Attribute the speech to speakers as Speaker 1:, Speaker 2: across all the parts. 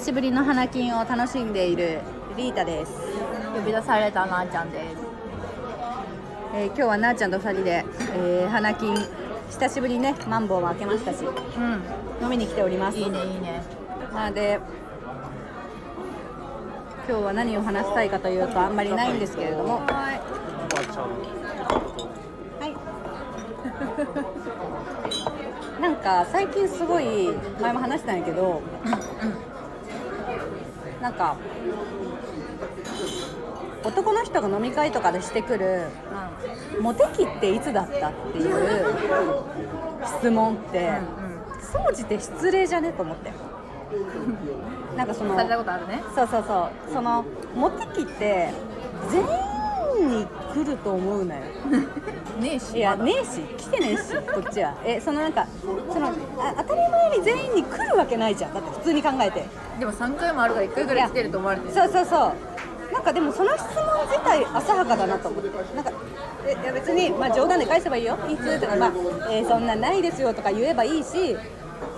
Speaker 1: しぶりの花金を楽しんでいるリータです、
Speaker 2: 呼び出されたなあちゃんです
Speaker 1: えー今日はなあちゃんと2人で、えー花金久しぶりねマンボウも開けましたし
Speaker 2: うん
Speaker 1: 飲みに来ております
Speaker 2: いいねいいね
Speaker 1: まあで今日は何を話したいかというとあんまりないんですけれどもはい、 なんか最近すごい前も話したんやけどなんか男の人が飲み会とかでしてくる
Speaker 2: う
Speaker 1: モテ期っていつだったっていう質問って総じて失礼じゃねと思ってなんかその
Speaker 2: されたことあるね
Speaker 1: そうそうそうそのモテ期って全員に来ると思うなよ
Speaker 2: ねえし
Speaker 1: いや
Speaker 2: まだ
Speaker 1: ねえし来てねえしこっちはえそのなんかそのあ当たり前に全員に来るわけないじゃんだって普通に考えて
Speaker 2: でも3回もあるから1回ぐらい来てると思われてる
Speaker 1: そうそうそうなんかでもその質問自体浅はかだなと思ってなんかえいや別に、まあ、冗談で返せばいいよいつとか、まあえーそんなないですよとか言えばいいし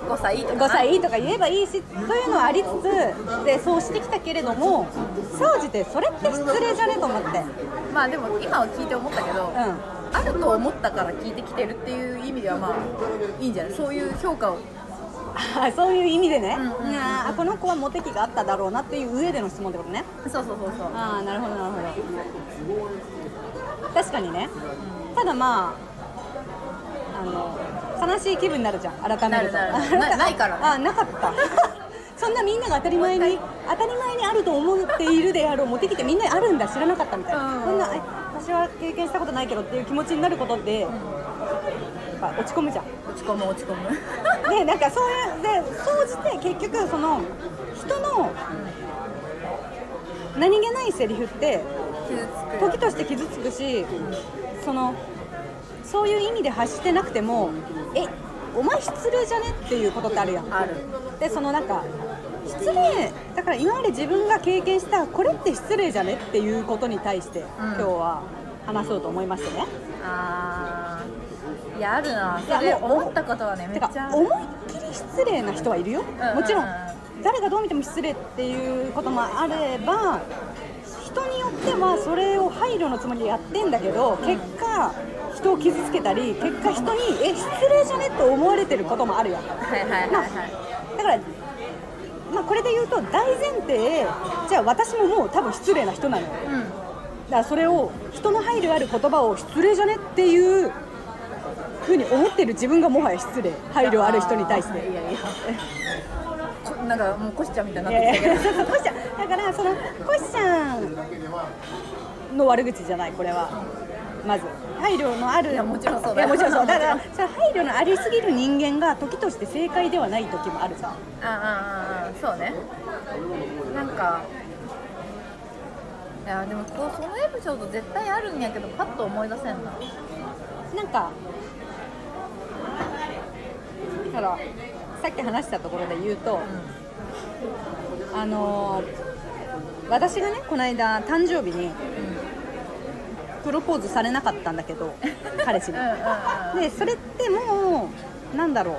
Speaker 2: 5歳とか
Speaker 1: 5歳とか言えばいいしというのはありつつでそうしてきたけれども総じてそれって失礼じゃねと思って
Speaker 2: まあでも今は聞いて思ったけど、
Speaker 1: う
Speaker 2: あると思ったから聞いてきてるっていう意味ではまあいいんじゃないそういう評価を
Speaker 1: あ そういう意味でね、
Speaker 2: うんうんうん
Speaker 1: あーこの子はモテ期があっただろうなっていう上での質問ってことね
Speaker 2: そうそうそうそう
Speaker 1: ああなるほどなるほど確かにねただまああの悲しい気分になるじゃん改めると
Speaker 2: なるなるなないからね
Speaker 1: あなかった そんなみんなが当たり前に当たり前にあると思っているであろう持ってきてみんなあるんだ知らなかったみたいな、
Speaker 2: うん
Speaker 1: そんなえ私は経験したことないけどっていう気持ちになることでやっぱ落ち込む じゃん
Speaker 2: 落ち込む落ち込む
Speaker 1: でなんかそういうで総じて結局その人の何気ないセリフって
Speaker 2: 傷つ
Speaker 1: 時
Speaker 2: く
Speaker 1: として傷つくしそのそういう意味で発してなくてもえお前失礼じゃねっていうことってあるやん
Speaker 2: ある
Speaker 1: でそのなんか失礼だから今まで自分が経験したこれって失礼じゃねっていうことに対して、今日は話そうと思いましてね
Speaker 2: あーいやあるない
Speaker 1: や
Speaker 2: それ
Speaker 1: もう
Speaker 2: 思ったことはねめ
Speaker 1: て
Speaker 2: っ
Speaker 1: か
Speaker 2: ちゃあ
Speaker 1: 思い
Speaker 2: る
Speaker 1: っきり失礼な人はいるよ、
Speaker 2: んうん
Speaker 1: もちろん誰がどう見ても失礼っていうこともあれば人によってはそれを配慮のつもりでやってんだけど結果人を傷つけたり結果人にえ失礼じゃねと思われてることもあるよ
Speaker 2: はいはいはい はい
Speaker 1: だから、まあ、これで言うと大前提じゃあ私ももう多分失礼な人なのよだ
Speaker 2: うん
Speaker 1: からそれを人の配慮ある言葉を失礼じゃねっていうふうに思ってる自分がもはや失礼配慮ある人に対して
Speaker 2: いやいやこなんかもうコシちゃんみたいに
Speaker 1: い
Speaker 2: なって
Speaker 1: や
Speaker 2: き
Speaker 1: いや
Speaker 2: たけど
Speaker 1: そうそうコシちゃんだからそのコシちゃんの悪口じゃないこれはまず配慮のある
Speaker 2: いやもちろんそう
Speaker 1: い
Speaker 2: だ
Speaker 1: や
Speaker 2: よ
Speaker 1: もちろんそうだから
Speaker 2: もち
Speaker 1: その配慮のありすぎる人間が時として正解ではない時もあるじゃん
Speaker 2: ああああそうねなんかいやでもこうそのエピソード絶対あるんやけどパッと思い出せんな
Speaker 1: なんかだからさっき話したところで言うと
Speaker 2: う
Speaker 1: あのー私がねこの間誕生日に
Speaker 2: んうん
Speaker 1: プロポーズされなかったんだけど彼氏に
Speaker 2: うんうんうん
Speaker 1: でそれってもうなんだろう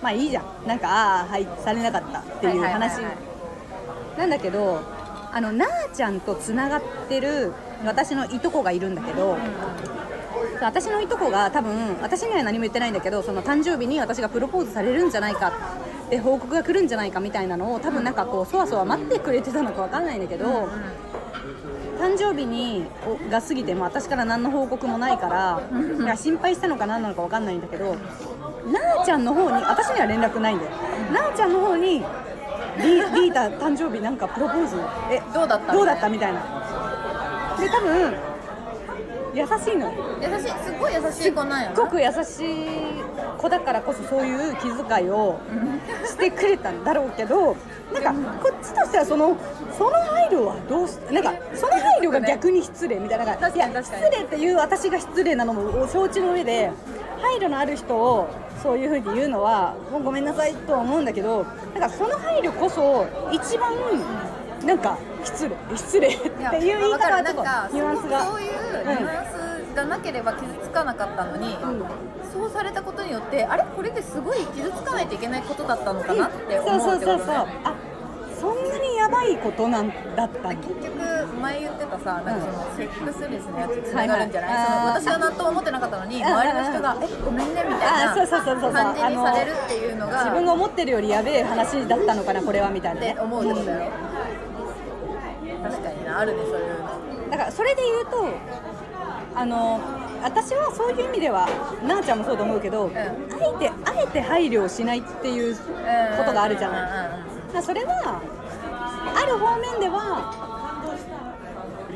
Speaker 1: まあいいじゃんなんかああはいされなかったっていう
Speaker 2: はいはい
Speaker 1: 話
Speaker 2: はいはい
Speaker 1: なんだけどあのなあちゃんとつながってる私のいとこがいるんだけど、私のいとこが多分私には何も言ってないんだけどその誕生日に私がプロポーズされるんじゃないかで報告が来るんじゃないかみたいなのを多分なんかこうそわそわ待ってくれてたのかわかんないんだけど、
Speaker 2: うんうん
Speaker 1: 誕生日におが過ぎても私から何の報告もないからいや心配したのか何なのか分かんないんだけどなあちゃんの方に私には連絡ないんだよなあちゃんの方にリ 「リータ誕生日なんかプロポーズえ
Speaker 2: どうだった
Speaker 1: どうだった?」みたいなで多分優しいのよ
Speaker 2: 優しいすごい優しい子なんや
Speaker 1: す
Speaker 2: な
Speaker 1: ごく優しい子だからこそそういう気遣いをしてくれたんだろうけどなんかこっちとしてはそのその配慮はどうしなんかその配慮が逆に失礼みたいななん
Speaker 2: 確かに
Speaker 1: いや
Speaker 2: 確かに
Speaker 1: 失礼っていう私が失礼なのも承知の上で配慮のある人をそういうふうに言うのはもうごめんなさいとは思うんだけどなんかその配慮こそ一番なんか失礼失礼っていう
Speaker 2: や
Speaker 1: 言い
Speaker 2: わか
Speaker 1: 方は
Speaker 2: る
Speaker 1: ち
Speaker 2: な
Speaker 1: ょっ
Speaker 2: ん
Speaker 1: と
Speaker 2: か
Speaker 1: ニュアンス
Speaker 2: そ
Speaker 1: が
Speaker 2: ういうニュアンスがなければ傷つかなかったのに、
Speaker 1: ん
Speaker 2: そうされたことによってあれこれってすごい傷つかないといけないことだったのかなって
Speaker 1: そう
Speaker 2: 思う
Speaker 1: そ
Speaker 2: っ
Speaker 1: う
Speaker 2: て
Speaker 1: そ
Speaker 2: こ
Speaker 1: う
Speaker 2: と
Speaker 1: そう
Speaker 2: ね
Speaker 1: あばいことなんだったの
Speaker 2: 結局前言ってたさなんかそのセックスレスのやつつ
Speaker 1: は
Speaker 2: ない
Speaker 1: はい
Speaker 2: がるんじゃない、
Speaker 1: あー
Speaker 2: その私は納豆を持ってなかったのに
Speaker 1: あー
Speaker 2: 周りの人が「えごめんね」みたい
Speaker 1: あー
Speaker 2: な
Speaker 1: そうそうそうそうそう
Speaker 2: 感じにされるっていうのが
Speaker 1: 自分が思ってるよりやべえ話だったのかなこれはみたい
Speaker 2: っ
Speaker 1: なね
Speaker 2: て思うってことだよね確かになあるねそういうの
Speaker 1: だからそれで言うとあの私はそういう意味ではなあちゃんもそうと思うけど、
Speaker 2: ん
Speaker 1: あえてあえて配慮をしないっていうことがあるじゃない、だからそれはある方面では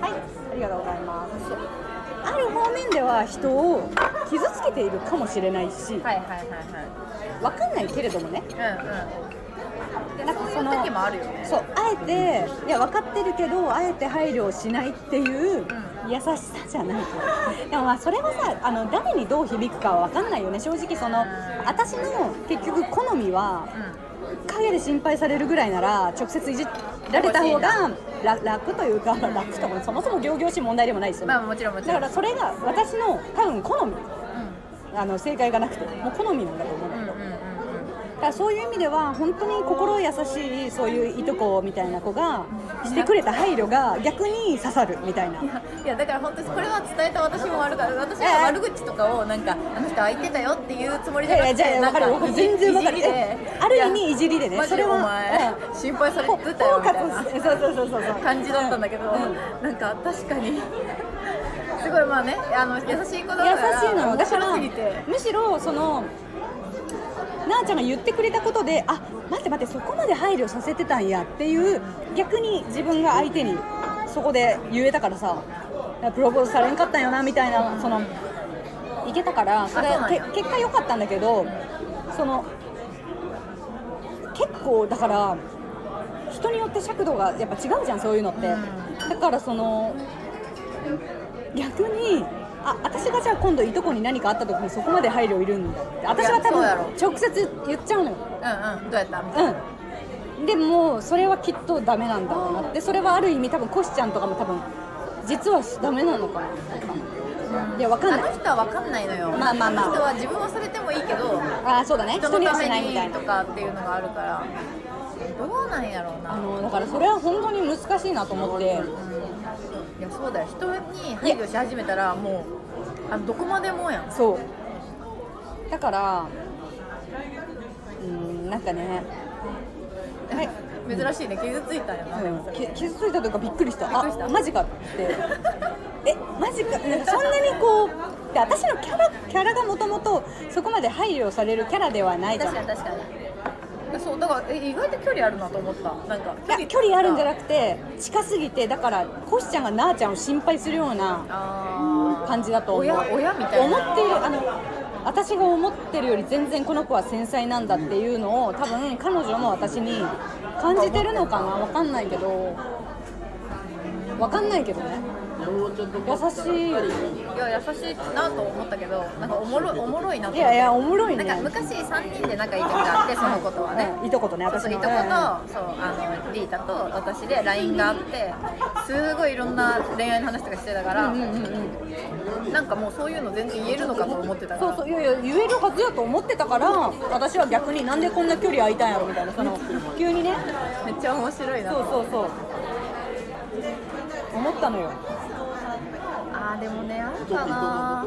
Speaker 1: はいありがとうございますある方面では人を傷つけているかもしれないし、
Speaker 2: はいはいはいはい
Speaker 1: わかんないけれどもね
Speaker 2: うんうん
Speaker 1: な
Speaker 2: で
Speaker 1: んか
Speaker 2: そう
Speaker 1: その
Speaker 2: いう時もあるよね
Speaker 1: そうあえていや分かってるけどあえて配慮をしないっていう
Speaker 2: う
Speaker 1: 優しさじゃないとでもまあそれはさあの誰にどう響くかは分かんないよね正直その私の結局好みは
Speaker 2: う
Speaker 1: 影で心配されるぐらいなら直接いじられた方がら楽というか楽とかそもそも行々しい問題でもないし、
Speaker 2: んまあもちろんもち
Speaker 1: だ
Speaker 2: ろ
Speaker 1: か
Speaker 2: ん
Speaker 1: らそれが私の多分好み
Speaker 2: う
Speaker 1: あの正解がなくてもう好みなんだと思うんだ
Speaker 2: んう
Speaker 1: けど、
Speaker 2: んうんうん
Speaker 1: だからそういう意味では本当に心優しいそういういとこみたいな子がしてくれた配慮が逆に刺さるみたいな
Speaker 2: うんいやいやだから本当にこれは伝えた私も悪かった私は悪口とかをなんかあの人相手だよっていうつもり
Speaker 1: い
Speaker 2: じゃ
Speaker 1: やいや
Speaker 2: なく
Speaker 1: じゃ
Speaker 2: て
Speaker 1: あ分
Speaker 2: なん
Speaker 1: かる
Speaker 2: か
Speaker 1: 分
Speaker 2: い
Speaker 1: かる
Speaker 2: じ
Speaker 1: 全然分か
Speaker 2: い
Speaker 1: る
Speaker 2: じりで
Speaker 1: えある意味いじりで
Speaker 2: いや
Speaker 1: ね
Speaker 2: マ
Speaker 1: そ
Speaker 2: ジ
Speaker 1: れ
Speaker 2: でお
Speaker 1: は
Speaker 2: 前
Speaker 1: うん
Speaker 2: 心配され
Speaker 1: フ
Speaker 2: てたよみたいな
Speaker 1: ォーカスそうそうそうそうそう
Speaker 2: 感じだったんだけど、なんか確かにすごいまあねあの優しい子だから
Speaker 1: 優しいのよ
Speaker 2: 面
Speaker 1: だから
Speaker 2: 白すぎて
Speaker 1: むしろそのなあちゃんが言ってくれたことであ待って待ってそこまで配慮させてたんやっていう逆に自分が相手にそこで言えたからさプロポーズされんかったんよなみたいなそのいけたからそれ
Speaker 2: あそうなん
Speaker 1: け
Speaker 2: や
Speaker 1: 結果良かったんだけどその結構だから人によって尺度がやっぱ違うじゃんそういうのって、
Speaker 2: う
Speaker 1: だからその逆にあ私がじゃあ今度いとこに何かあった時にそこまで配慮いるんだって私は多
Speaker 2: いやそう
Speaker 1: 分直接言っちゃうのよ
Speaker 2: うんうんどうやったみたいな、
Speaker 1: うんでもそれはきっとダメなんだろうなってそれはある意味多分コシちゃんとかも多分実はダメなのかないやわかんない
Speaker 2: あの人は分かんないのよ
Speaker 1: まあまあまあ
Speaker 2: の人は自分はされてもいいけど
Speaker 1: ああそうだね人
Speaker 2: 人
Speaker 1: に
Speaker 2: の
Speaker 1: は
Speaker 2: た
Speaker 1: しないみた
Speaker 2: め
Speaker 1: い
Speaker 2: に
Speaker 1: な
Speaker 2: とかっていうのがあるからどうなんやろうな
Speaker 1: あのだからそれは本当に難しいなと思って
Speaker 2: うんいやそうだよ人に配慮し始めたらもうあのどこまでもやん
Speaker 1: そうだからうんなんかねはい
Speaker 2: 珍しいね傷ついたんやな、
Speaker 1: うんき傷ついたというかびっくりした
Speaker 2: びっくりした
Speaker 1: あマジかってえマジかなんかそんなにこうで私のキャラキャラがもともとそこまで配慮されるキャラではないじゃ
Speaker 2: 確
Speaker 1: ん
Speaker 2: かに確かにそうだからえ意外と距離あるなと思ったなんか
Speaker 1: いや距離あるんじゃな
Speaker 2: て
Speaker 1: くて近すぎてだからコシちゃんがなあちゃんを心配するような
Speaker 2: あー
Speaker 1: 感じだと思う
Speaker 2: 親親みたいな
Speaker 1: 思っているあの私が思ってるより全然この子は繊細なんだっていうのを多分彼女も私に感じてるのかなわかんないけどわかんないけどね優しい
Speaker 2: いや優しいなと思ったけどなんかおもろいおもろいなと思っ
Speaker 1: いや
Speaker 2: た
Speaker 1: いやおもろい
Speaker 2: な
Speaker 1: ね
Speaker 2: んか昔3人で仲いい時があってそのことはね、
Speaker 1: うんいとことね
Speaker 2: そう
Speaker 1: 私
Speaker 2: そうい
Speaker 1: の
Speaker 2: とこと、そうあのリータと私で LINE があってすごいいろんな恋愛の話とかしてたから、
Speaker 1: うんうんうんうん
Speaker 2: なんかもうそういうの全然言えるのかと思ってたか
Speaker 1: そう
Speaker 2: ら
Speaker 1: そういやいや言えるはずやと思ってたから私は逆になんでこんな距離空いたんやろみたいなその急にね
Speaker 2: めっちゃ面白いな
Speaker 1: そうそうそう思ったのよ
Speaker 2: あーでもねあるかな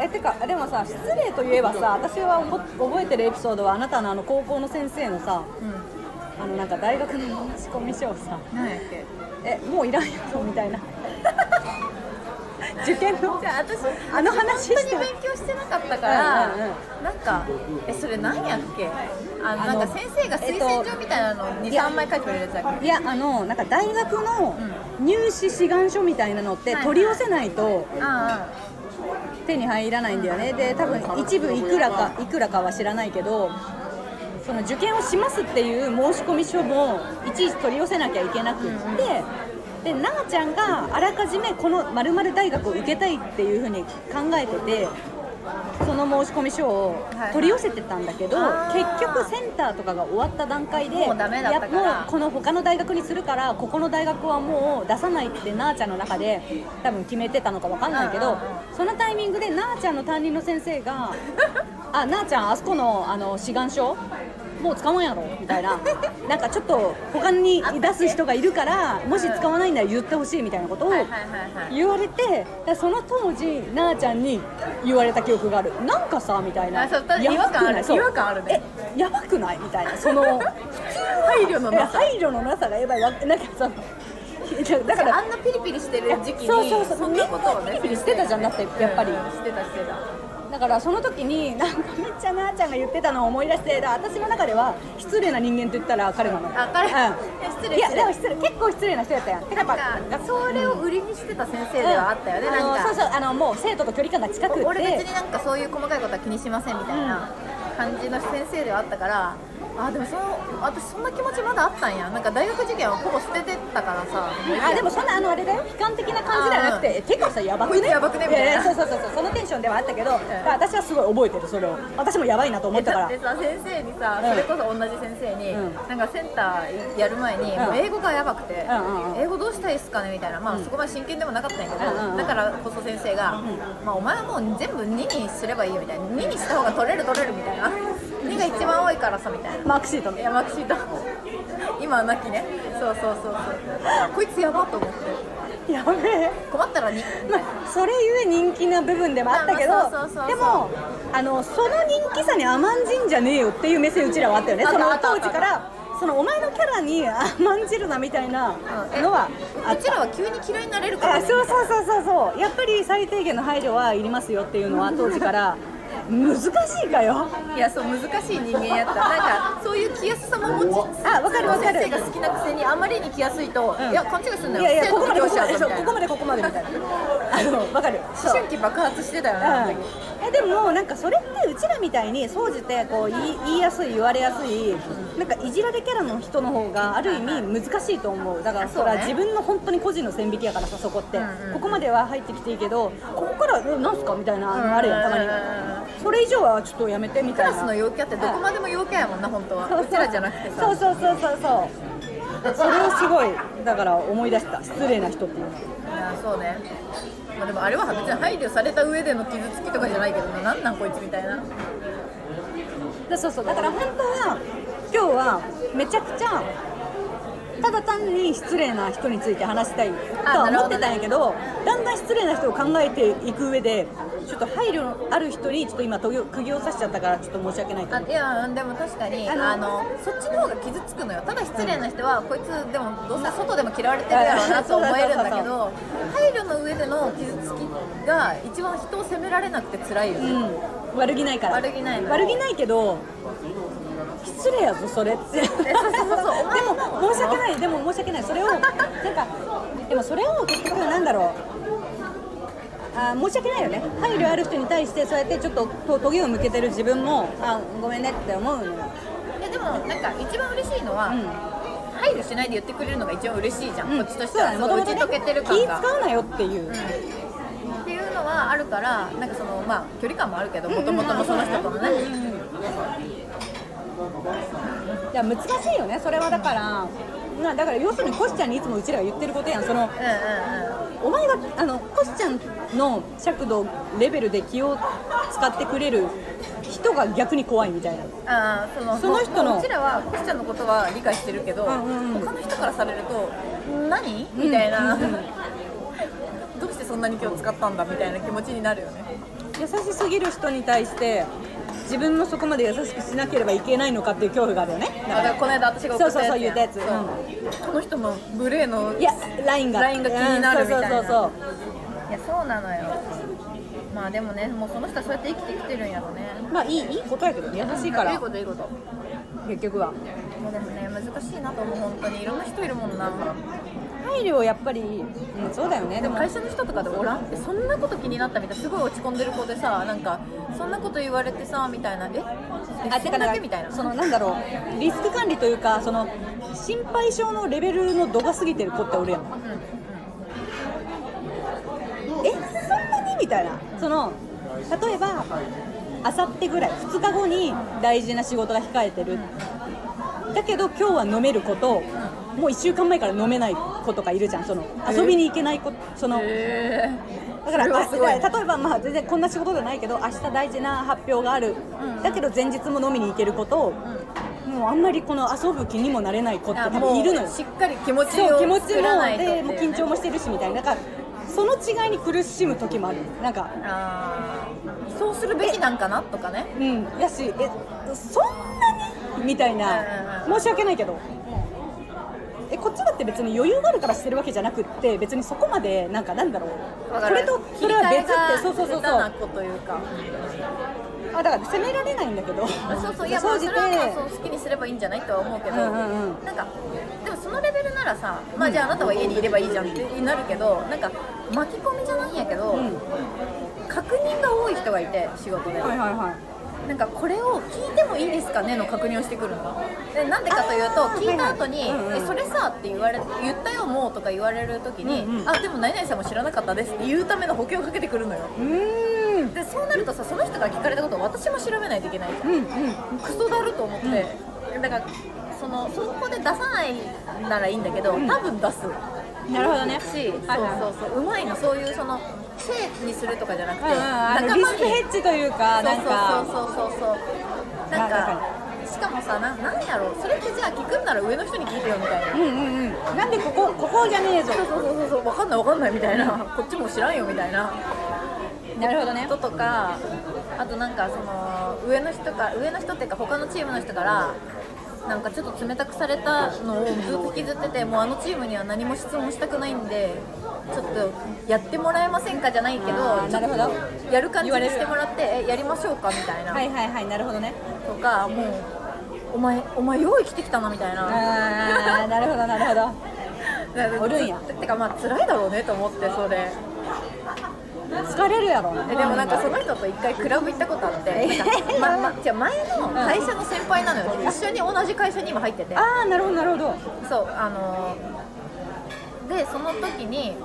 Speaker 1: えてかでもさ失礼といえばさ私は思覚えてるエピソードはあなたのあの高校の先生のさ
Speaker 2: うん
Speaker 1: あのなんか大学の申し込み書をさ
Speaker 2: 何やっけ
Speaker 1: えもういらんやろみたいな 受験の
Speaker 2: じゃあ私
Speaker 1: あの話
Speaker 2: 本当
Speaker 1: し
Speaker 2: に
Speaker 1: た
Speaker 2: 勉強してなかったから、
Speaker 1: うんうん
Speaker 2: なんかえそれ何やっけあの
Speaker 1: あの
Speaker 2: なんか先生が推薦状みたいなのを
Speaker 1: いや
Speaker 2: 23枚書いてくれるやつだっけ
Speaker 1: いやあのなんか大学の入試志願書みたいなのって
Speaker 2: はい
Speaker 1: 取り寄せないと
Speaker 2: あ
Speaker 1: 手に入らないんだよねで多分一部いくらかいくらかは知らないけどその受験をしますっていう申し込み書もいちいち取り寄せなきゃいけなくって、でなあちゃんがあらかじめこの〇〇大学を受けたいっていうふうに考えててその申し込み書を取り寄せてたんだけど、
Speaker 2: はいはい
Speaker 1: 結局センターとかが終わった段階で
Speaker 2: もうダメだったから
Speaker 1: いやもうこの他の大学にするからここの大学はもう出さないってなあちゃんの中で多分決めてたのかわかんないけ
Speaker 2: う
Speaker 1: ど
Speaker 2: んうんう
Speaker 1: そのタイミング でなあちゃんの担任の先生があなあちゃんあそこのあの志願書
Speaker 2: あ
Speaker 1: もう使わんやろみたいななんかちょっと他に出す人がいるからもし使わないなら言ってほしいみたいなことを
Speaker 2: はいはいはいはい
Speaker 1: 言われてだからその当時なあちゃんに言われた記憶があるなんかさみたいな
Speaker 2: あそうた
Speaker 1: やばくない
Speaker 2: 違和感ある
Speaker 1: そう
Speaker 2: 違和感あるね
Speaker 1: えやばくないみたいなその
Speaker 2: 配慮の
Speaker 1: え
Speaker 2: なさ
Speaker 1: 配慮のなさがやばいわなんかさだか
Speaker 2: だからあ
Speaker 1: ら
Speaker 2: んなピリピリしてる時期に
Speaker 1: そうそうそうん
Speaker 2: なことをね
Speaker 1: ピリピリしてたじゃんだってやっぱり
Speaker 2: うんしてたしてた
Speaker 1: だからその時になんかめっちゃなあちゃんが言ってたのを思い出してだから私の中では失礼な人間と言ったら彼なの
Speaker 2: あ彼失
Speaker 1: うん、
Speaker 2: 礼
Speaker 1: いや
Speaker 2: 失礼
Speaker 1: でも失礼結構失礼な人やったやんてかやっぱ
Speaker 2: なんかそれを売りにしてた先生ではあったよね、
Speaker 1: うん
Speaker 2: なんか
Speaker 1: あのそうそうあのもう生徒と距離感が近くって
Speaker 2: 俺別になんかそういう細かいことは気にしませんみたいな感じの先生ではあったからあでもその私そんな気持ちまだあったんやなんか大学受験はほぼ捨ててったからさ
Speaker 1: あでもそんなあのあれだよ悲観的な感じではなくて、えてかさやばく
Speaker 2: こい
Speaker 1: ね
Speaker 2: つやばくねみたいな
Speaker 1: ややそうそうそうそうそのテンションではあったけど、
Speaker 2: ん
Speaker 1: 私はすごい覚えてるそれを私もやばいなと思ったから
Speaker 2: でさ先生にさ、
Speaker 1: うん
Speaker 2: それこそ同じ先生に、
Speaker 1: うん
Speaker 2: なんかセンターやる前
Speaker 1: ん
Speaker 2: に、もう英語がやばくて、
Speaker 1: うんうんうん
Speaker 2: 英語どうしたいっすかねみたいな、まあ、そこまで真剣でもなかったんやけど、
Speaker 1: うんうんうん
Speaker 2: だからこそ先生が、まあ、お前はもう全部2にすればいいよみたいな2にした方が取れる取れるみたいな2が一番多いからさみたいな
Speaker 1: マークシートの
Speaker 2: いやマキシート今はなきねそうそうそうそうこいつやばと思って
Speaker 1: やべえ
Speaker 2: 困ったらに
Speaker 1: まあ、それゆえ人気な部分でもあったけど
Speaker 2: まあまあそうそうそうそう
Speaker 1: でもあのその人気さに甘んじんじゃねえよっていう目線うちらはあったよね
Speaker 2: あっ
Speaker 1: そ
Speaker 2: た
Speaker 1: の
Speaker 2: あった
Speaker 1: 当時からそのお前のキャラに甘んじるなみたいなのはあ
Speaker 2: う
Speaker 1: っ
Speaker 2: ち
Speaker 1: た、
Speaker 2: らは急に嫌いになれるから
Speaker 1: あ
Speaker 2: ね
Speaker 1: そうそうそうそうそうやっぱり最低限の配慮はいりますよっていうのは当時から難しいかよ
Speaker 2: いやそう難しい人間 やったなんかそういう気やすさも持ち
Speaker 1: あわかるわかる
Speaker 2: 先生が好きなくせにあまりに気やすいと、
Speaker 1: うん
Speaker 2: いや勘違いすんないよ
Speaker 1: やいやここまでここまでそう
Speaker 2: 生徒と教師やぞみたいな
Speaker 1: ここまでここまでみたいなあのわかるそう
Speaker 2: 思春期爆発してたよね、あの時
Speaker 1: うん、えでもなんかそれってうちらみたいに総じてこう言い言いやすい言われやすいなんかいじられキャラの人の方がある意味難しいと思うだから
Speaker 2: そ
Speaker 1: そう
Speaker 2: ね
Speaker 1: れは自分の本当に個人の線引きやからさそこって、
Speaker 2: うんうん
Speaker 1: ここまでは入ってきていいけどここからえなんすかみたいなのあるやんたまに
Speaker 2: うんうんうん
Speaker 1: それ以上はちょっとやめてみ
Speaker 2: ク
Speaker 1: たい
Speaker 2: ラ
Speaker 1: な
Speaker 2: スの陽キャってどこまでも陽キャやもんな本当は
Speaker 1: そう
Speaker 2: うちらじゃなくてさ
Speaker 1: そうそうそうそうそうそれをすごいだから思い出した失礼な人っていうの
Speaker 2: いやそうね、まあ、でもあれは別に配慮された上での傷つきとかじゃないけどななんなんこいつみたいな
Speaker 1: だそうそうだから本当は今日はめちゃくちゃただ単に失礼な人について話したいとは思ってたんやけどだんだん失礼な人を考えていく上でちょっと配慮ある人にちょっと今とぎょ釘を刺しちゃったからちょっと申し訳ないけど
Speaker 2: あいやでも確かに
Speaker 1: あ
Speaker 2: あ
Speaker 1: の
Speaker 2: のそっちの方が傷つくのよただ失礼な人は、こいつでもどうせ外でも嫌われてるやろうなと思えるんだけど配慮の上での傷つきが一番人を責められなくて辛いよ
Speaker 1: う
Speaker 2: ね、
Speaker 1: ん悪気ないから
Speaker 2: 悪気ないの
Speaker 1: 悪気ないけど失礼やぞそれって
Speaker 2: そうそうそうお前
Speaker 1: でも申し訳ないでも申し訳ないそれをなんかでもそれを結局なんだろうあー申し訳ないよね配慮ある人に対してそうやってちょっとととげを向けてる自分もあごめんねって思うのよ、
Speaker 2: いやでもなんか一番嬉しいのは、
Speaker 1: う
Speaker 2: 配慮しないで言ってくれるのが一番嬉しいじゃん、
Speaker 1: ん
Speaker 2: こっちとしては
Speaker 1: そう
Speaker 2: そ
Speaker 1: だ
Speaker 2: の
Speaker 1: ね
Speaker 2: 打ち
Speaker 1: 元々
Speaker 2: 解
Speaker 1: ね
Speaker 2: けてる
Speaker 1: 気
Speaker 2: 感
Speaker 1: 使
Speaker 2: が。
Speaker 1: うなよっていう、
Speaker 2: っていうのはあるからなんかそのまあ距離感もあるけどもともとのその人とのね、
Speaker 1: いや難しいよねそれはだから、なだから要するにコシちゃんにいつもうちらが言ってることやんその
Speaker 2: うんうんうん
Speaker 1: お前があのコシちゃんの尺度レベルで気を使ってくれる人が逆に怖いみたいな
Speaker 2: あーその
Speaker 1: その人の
Speaker 2: もううちらはコシちゃんのことは理解してるけど、
Speaker 1: うんうんうん
Speaker 2: 他の人からされると何みたいな、
Speaker 1: うんうんう
Speaker 2: どうしてそんなに今日使ったんだみたいな気持ちになるよね
Speaker 1: 優しすぎる人に対して自分もそこまで優しくしなければいけないのかっていう恐怖があるよね
Speaker 2: だからこの間私が送ったやつ
Speaker 1: そうそうそう言ったやつ
Speaker 2: そうこの人の無礼の
Speaker 1: いやラインが
Speaker 2: ラインが気になるみたいな
Speaker 1: うんそうそうそう
Speaker 2: いやそうなのよまあでもねもうその人はそうやって生きてきてるんやろね
Speaker 1: そうまあいいいいことやけどね優しいか
Speaker 2: いい
Speaker 1: ら
Speaker 2: こといいこと
Speaker 1: 結局は
Speaker 2: もうでもね難しいなと思う本当にいろんな人いるもんな
Speaker 1: 配慮をやっぱり、うん、そうだよねで
Speaker 2: で
Speaker 1: も
Speaker 2: も会社の人とかでおらんってそんなこと気になったみたいすごい落ち込んでる子でさなんかそんなこと言われてさみたいなえ
Speaker 1: あ
Speaker 2: えそ
Speaker 1: て
Speaker 2: ん
Speaker 1: か
Speaker 2: だ
Speaker 1: な
Speaker 2: け
Speaker 1: ん
Speaker 2: みたいな
Speaker 1: かそのなんだろうリスク管理というかその心配性のレベルの度が過ぎてる子っておるやん
Speaker 2: うんうん
Speaker 1: えそんなにみたいなその例えばあさってぐらい2日後に大事な仕事が控えてるだけど今日は飲める子ともう1週間前から飲めない子とかいるじゃんその
Speaker 2: え
Speaker 1: 遊びに行けない子その
Speaker 2: へ
Speaker 1: だから
Speaker 2: それはすごい
Speaker 1: あだから例えばまあ全然こんな仕事じゃないけど明日大事な発表がある
Speaker 2: うん
Speaker 1: だけど前日も飲みに行ける子と
Speaker 2: うん
Speaker 1: もうあんまりこの遊ぶ気にもなれない子って
Speaker 2: あ
Speaker 1: 多
Speaker 2: もう
Speaker 1: 分いるのよ
Speaker 2: しっかり気持ち
Speaker 1: そう
Speaker 2: を
Speaker 1: 気持ち
Speaker 2: 作らない
Speaker 1: も
Speaker 2: とってい
Speaker 1: で
Speaker 2: う
Speaker 1: もう
Speaker 2: ね
Speaker 1: 緊張もしてるしみたいななんかその違いに苦しむ時もあるなんか
Speaker 2: あーそうするべきなんかなとかね
Speaker 1: うんやしえそんなにみたい
Speaker 2: うん
Speaker 1: な
Speaker 2: うんうん
Speaker 1: 申し訳ないけどえこっちだって別に余裕があるからしてるわけじゃなくって別にそこまでなんかなんだろう
Speaker 2: わか
Speaker 1: そ
Speaker 2: る
Speaker 1: れとそれは別っ
Speaker 2: 切り替え
Speaker 1: て
Speaker 2: が
Speaker 1: そうそうそうそ
Speaker 2: 下手
Speaker 1: う
Speaker 2: な子というか
Speaker 1: あだから責められないんだけど
Speaker 2: そうそういやま
Speaker 1: 総
Speaker 2: あ
Speaker 1: じ
Speaker 2: そ
Speaker 1: て
Speaker 2: れはまあそう好きにすればいいんじゃないとは思うけど、
Speaker 1: うんうんうん
Speaker 2: なんかでもそのレベルならさまあじゃああなたは家にいればいいじゃんってなるけどなんか巻き込みじゃないんやけど、
Speaker 1: うん
Speaker 2: 確認が多い人がいて仕事で、
Speaker 1: はいはいはい
Speaker 2: なんかこれを聞いてもいいですかねの確認をしてくるのでなんでかというと
Speaker 1: あー
Speaker 2: 聞いた後に
Speaker 1: はいはいうんう
Speaker 2: 「
Speaker 1: ん
Speaker 2: えそれさ」って言われ言ったよもうとか言われる時に
Speaker 1: うんう
Speaker 2: 「
Speaker 1: ん
Speaker 2: あでも何々さんも知らなかったです」って言うための補強をかけてくるのよ
Speaker 1: うーん
Speaker 2: でそうなるとさその人から聞かれたことを私も調べないといけないじゃん
Speaker 1: うんうん
Speaker 2: クソだると思って、だからそのそこで出さないならいいんだけど、
Speaker 1: ん
Speaker 2: 多分出すし、
Speaker 1: なるほどねはいはい
Speaker 2: そうそうそううまいのそういうそのせいにするとかじゃなくて、
Speaker 1: うんうんあのリスクヘッジというかなんか
Speaker 2: そうそうそうそうそうなん
Speaker 1: まあ
Speaker 2: かしかもさななんやろうそれってじゃあ聞くんなら上の人に聞いてよみたいな、
Speaker 1: うんうんうんなんでここここじゃねえぞ
Speaker 2: そうそうそうそうそう分かんない分かんないみたいな、こっちも知らんよみたいな
Speaker 1: なるほどね
Speaker 2: 人とかあとなんかその上の人か上の人っていうか他のチームの人からなんかちょっと冷たくされたのをずっと引きずっててもうあのチームには何も質問したくないんでちょっとやってもらえませんかじゃないけど
Speaker 1: あーなるほど
Speaker 2: ちょっとやる感じにしてもらってえやりましょうかみたいな、
Speaker 1: はいはいはいなるほどね
Speaker 2: とかもうお前お前よう生きてきたなみたいな。
Speaker 1: あーなるほどなるほどおるん や
Speaker 2: てかまあ辛いだろうねと思ってそれ
Speaker 1: 疲れるやろ
Speaker 2: えでもなんかその人と一回クラブ行ったことあって
Speaker 1: え
Speaker 2: なんか ままじゃあ前の会社の先輩なのよ一緒に同じ会社に今入ってて
Speaker 1: ああなるほどなるほど
Speaker 2: そうあのーでその時に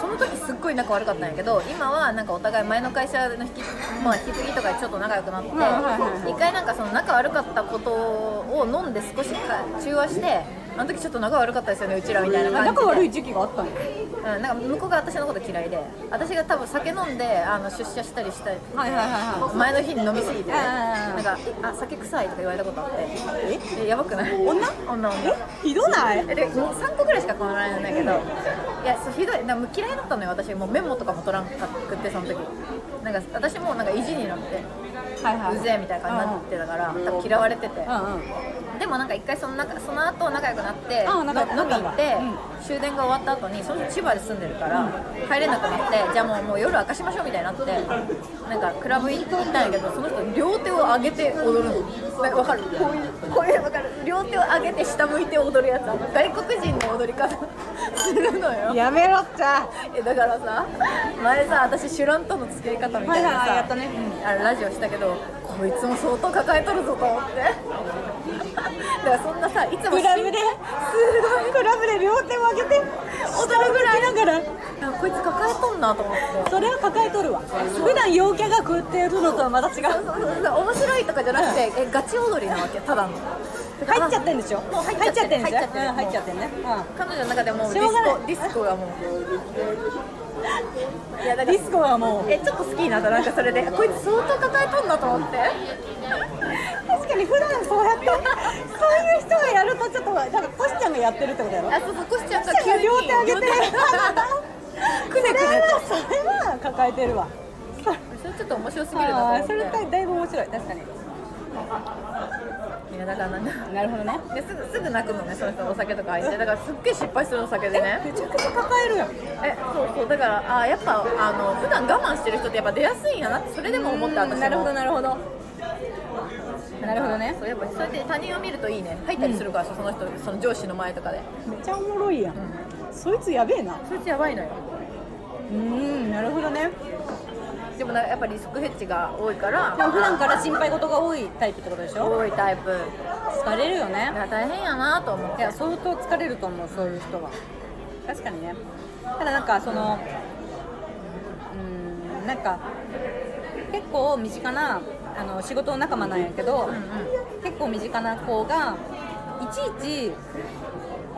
Speaker 2: その時すっごい仲悪かったんやけど今はなんかお互い前の会社の引き,、まあ、引き継ぎとかでちょっと仲良くなって、
Speaker 1: うんはいはいはい
Speaker 2: 一回なんかその仲悪かったことを飲んで少しか中和してあの時ちょっと仲悪かったですよねうちらみたいな感じで
Speaker 1: 仲悪い時期があったんや
Speaker 2: うん、なんか向こうが私のこと嫌いで私が多分酒飲んであの出社したりしたり
Speaker 1: はいはいはいは
Speaker 2: 前の日に飲みすぎて、
Speaker 1: ああああ
Speaker 2: なんか「あ酒臭い」とか言われたことあってえやばくない
Speaker 1: 女
Speaker 2: 女女
Speaker 1: いえひどない
Speaker 2: えでもう3個ぐらいしか変わらないんだけどいやそうひどいなんかもう嫌いだったのよ私もうメモとかも取らんかくってその時なんか私もなんか意地になって
Speaker 1: はいはいう
Speaker 2: ぜえみたいな感じになってたから多分嫌われてて
Speaker 1: うんうん
Speaker 2: でもなんか一回その中その後仲良くなって
Speaker 1: あ仲良くなっ
Speaker 2: 飲み
Speaker 1: たん
Speaker 2: 行
Speaker 1: だ
Speaker 2: って、終電が終わった後にその人千葉で住んでるから、帰れなくなってじゃあもうもう夜明かしましょうみたいになってなんかクラブ行ったんやけどその人両手を上げて踊るのねわかるこういうこういうわかる両手を上げて下向いて踊るやつあの外国人の踊り方 するのよ
Speaker 1: やめろっちゃ
Speaker 2: えだからさ前さ私シュランとの付き合い方みたいな
Speaker 1: はいはい
Speaker 2: さ
Speaker 1: やったね
Speaker 2: あのラジオしたけどこいつも相当抱えとるぞと思って だからそんなさいつも
Speaker 1: クラブですごいクラブで両手を上げて踊るぐらいながら
Speaker 2: あこいつ抱えとんなと思って
Speaker 1: それは抱えとるわ普段陽キャが食ってるのとはまた違う
Speaker 2: そうそうそうそう面白いとかじゃなくてえガチ踊りなわけただの
Speaker 1: 入っちゃってんでしょ
Speaker 2: もう入っちゃってる
Speaker 1: 入っちゃってんでしょ
Speaker 2: 入
Speaker 1: 入
Speaker 2: っ
Speaker 1: っ
Speaker 2: ち
Speaker 1: ち
Speaker 2: ゃ
Speaker 1: ゃ
Speaker 2: っ
Speaker 1: ってて
Speaker 2: る
Speaker 1: んねうん
Speaker 2: 彼女の中でもう
Speaker 1: し
Speaker 2: ディ
Speaker 1: ょうが
Speaker 2: ス
Speaker 1: な
Speaker 2: コ
Speaker 1: い
Speaker 2: ディスコがもういやだか
Speaker 1: デ
Speaker 2: ら
Speaker 1: ィスコはもう
Speaker 2: えちょっと好きになったなんかそれでこいつ相当抱えとんなと思って
Speaker 1: 確かに普段そうやってそういう人がやるとちょっとだからコシちゃんがやってるってことやろ
Speaker 2: あそうそうコシちゃんが
Speaker 1: コシちゃんが
Speaker 2: 急に
Speaker 1: 両手上げてる
Speaker 2: くねくね
Speaker 1: それはそれは抱えてるわそ
Speaker 2: それちょっと面白すぎるなと思
Speaker 1: あ
Speaker 2: っ
Speaker 1: ーそ
Speaker 2: て
Speaker 1: れだいぶ面白い確かに
Speaker 2: いやだからなんか
Speaker 1: なるほどね
Speaker 2: ですぐすぐ泣くのねその人お酒とか入ってだからすっげえ失敗するの酒でね
Speaker 1: めちゃくちゃ抱えるやん
Speaker 2: えそうそうだからあーやっぱあの普段我慢してる人ってやっぱ出やすいんやなってそれでも思った私も
Speaker 1: なるほどなるほどなるほどね
Speaker 2: そうやっぱそうやって他人を見るといいね入ったりするからさ、その人その上司の前とかで、
Speaker 1: めっちゃおもろいやん
Speaker 2: うん、
Speaker 1: そいつやべえな
Speaker 2: そいつやばいのよ
Speaker 1: うーんなるほどね
Speaker 2: でもなんかやっぱリスクヘッジが多いから
Speaker 1: でも普段から心配事が多いタイプってことでしょ
Speaker 2: 多いタイプ
Speaker 1: 疲れるよね
Speaker 2: だから大変やなと思っ
Speaker 1: い
Speaker 2: て
Speaker 1: や相当疲れると思うそういう人は確かにねただなんかそのうーんなんか結構身近なあの仕事仲間なんやけど、
Speaker 2: うんうん
Speaker 1: 結構身近な子がいちいち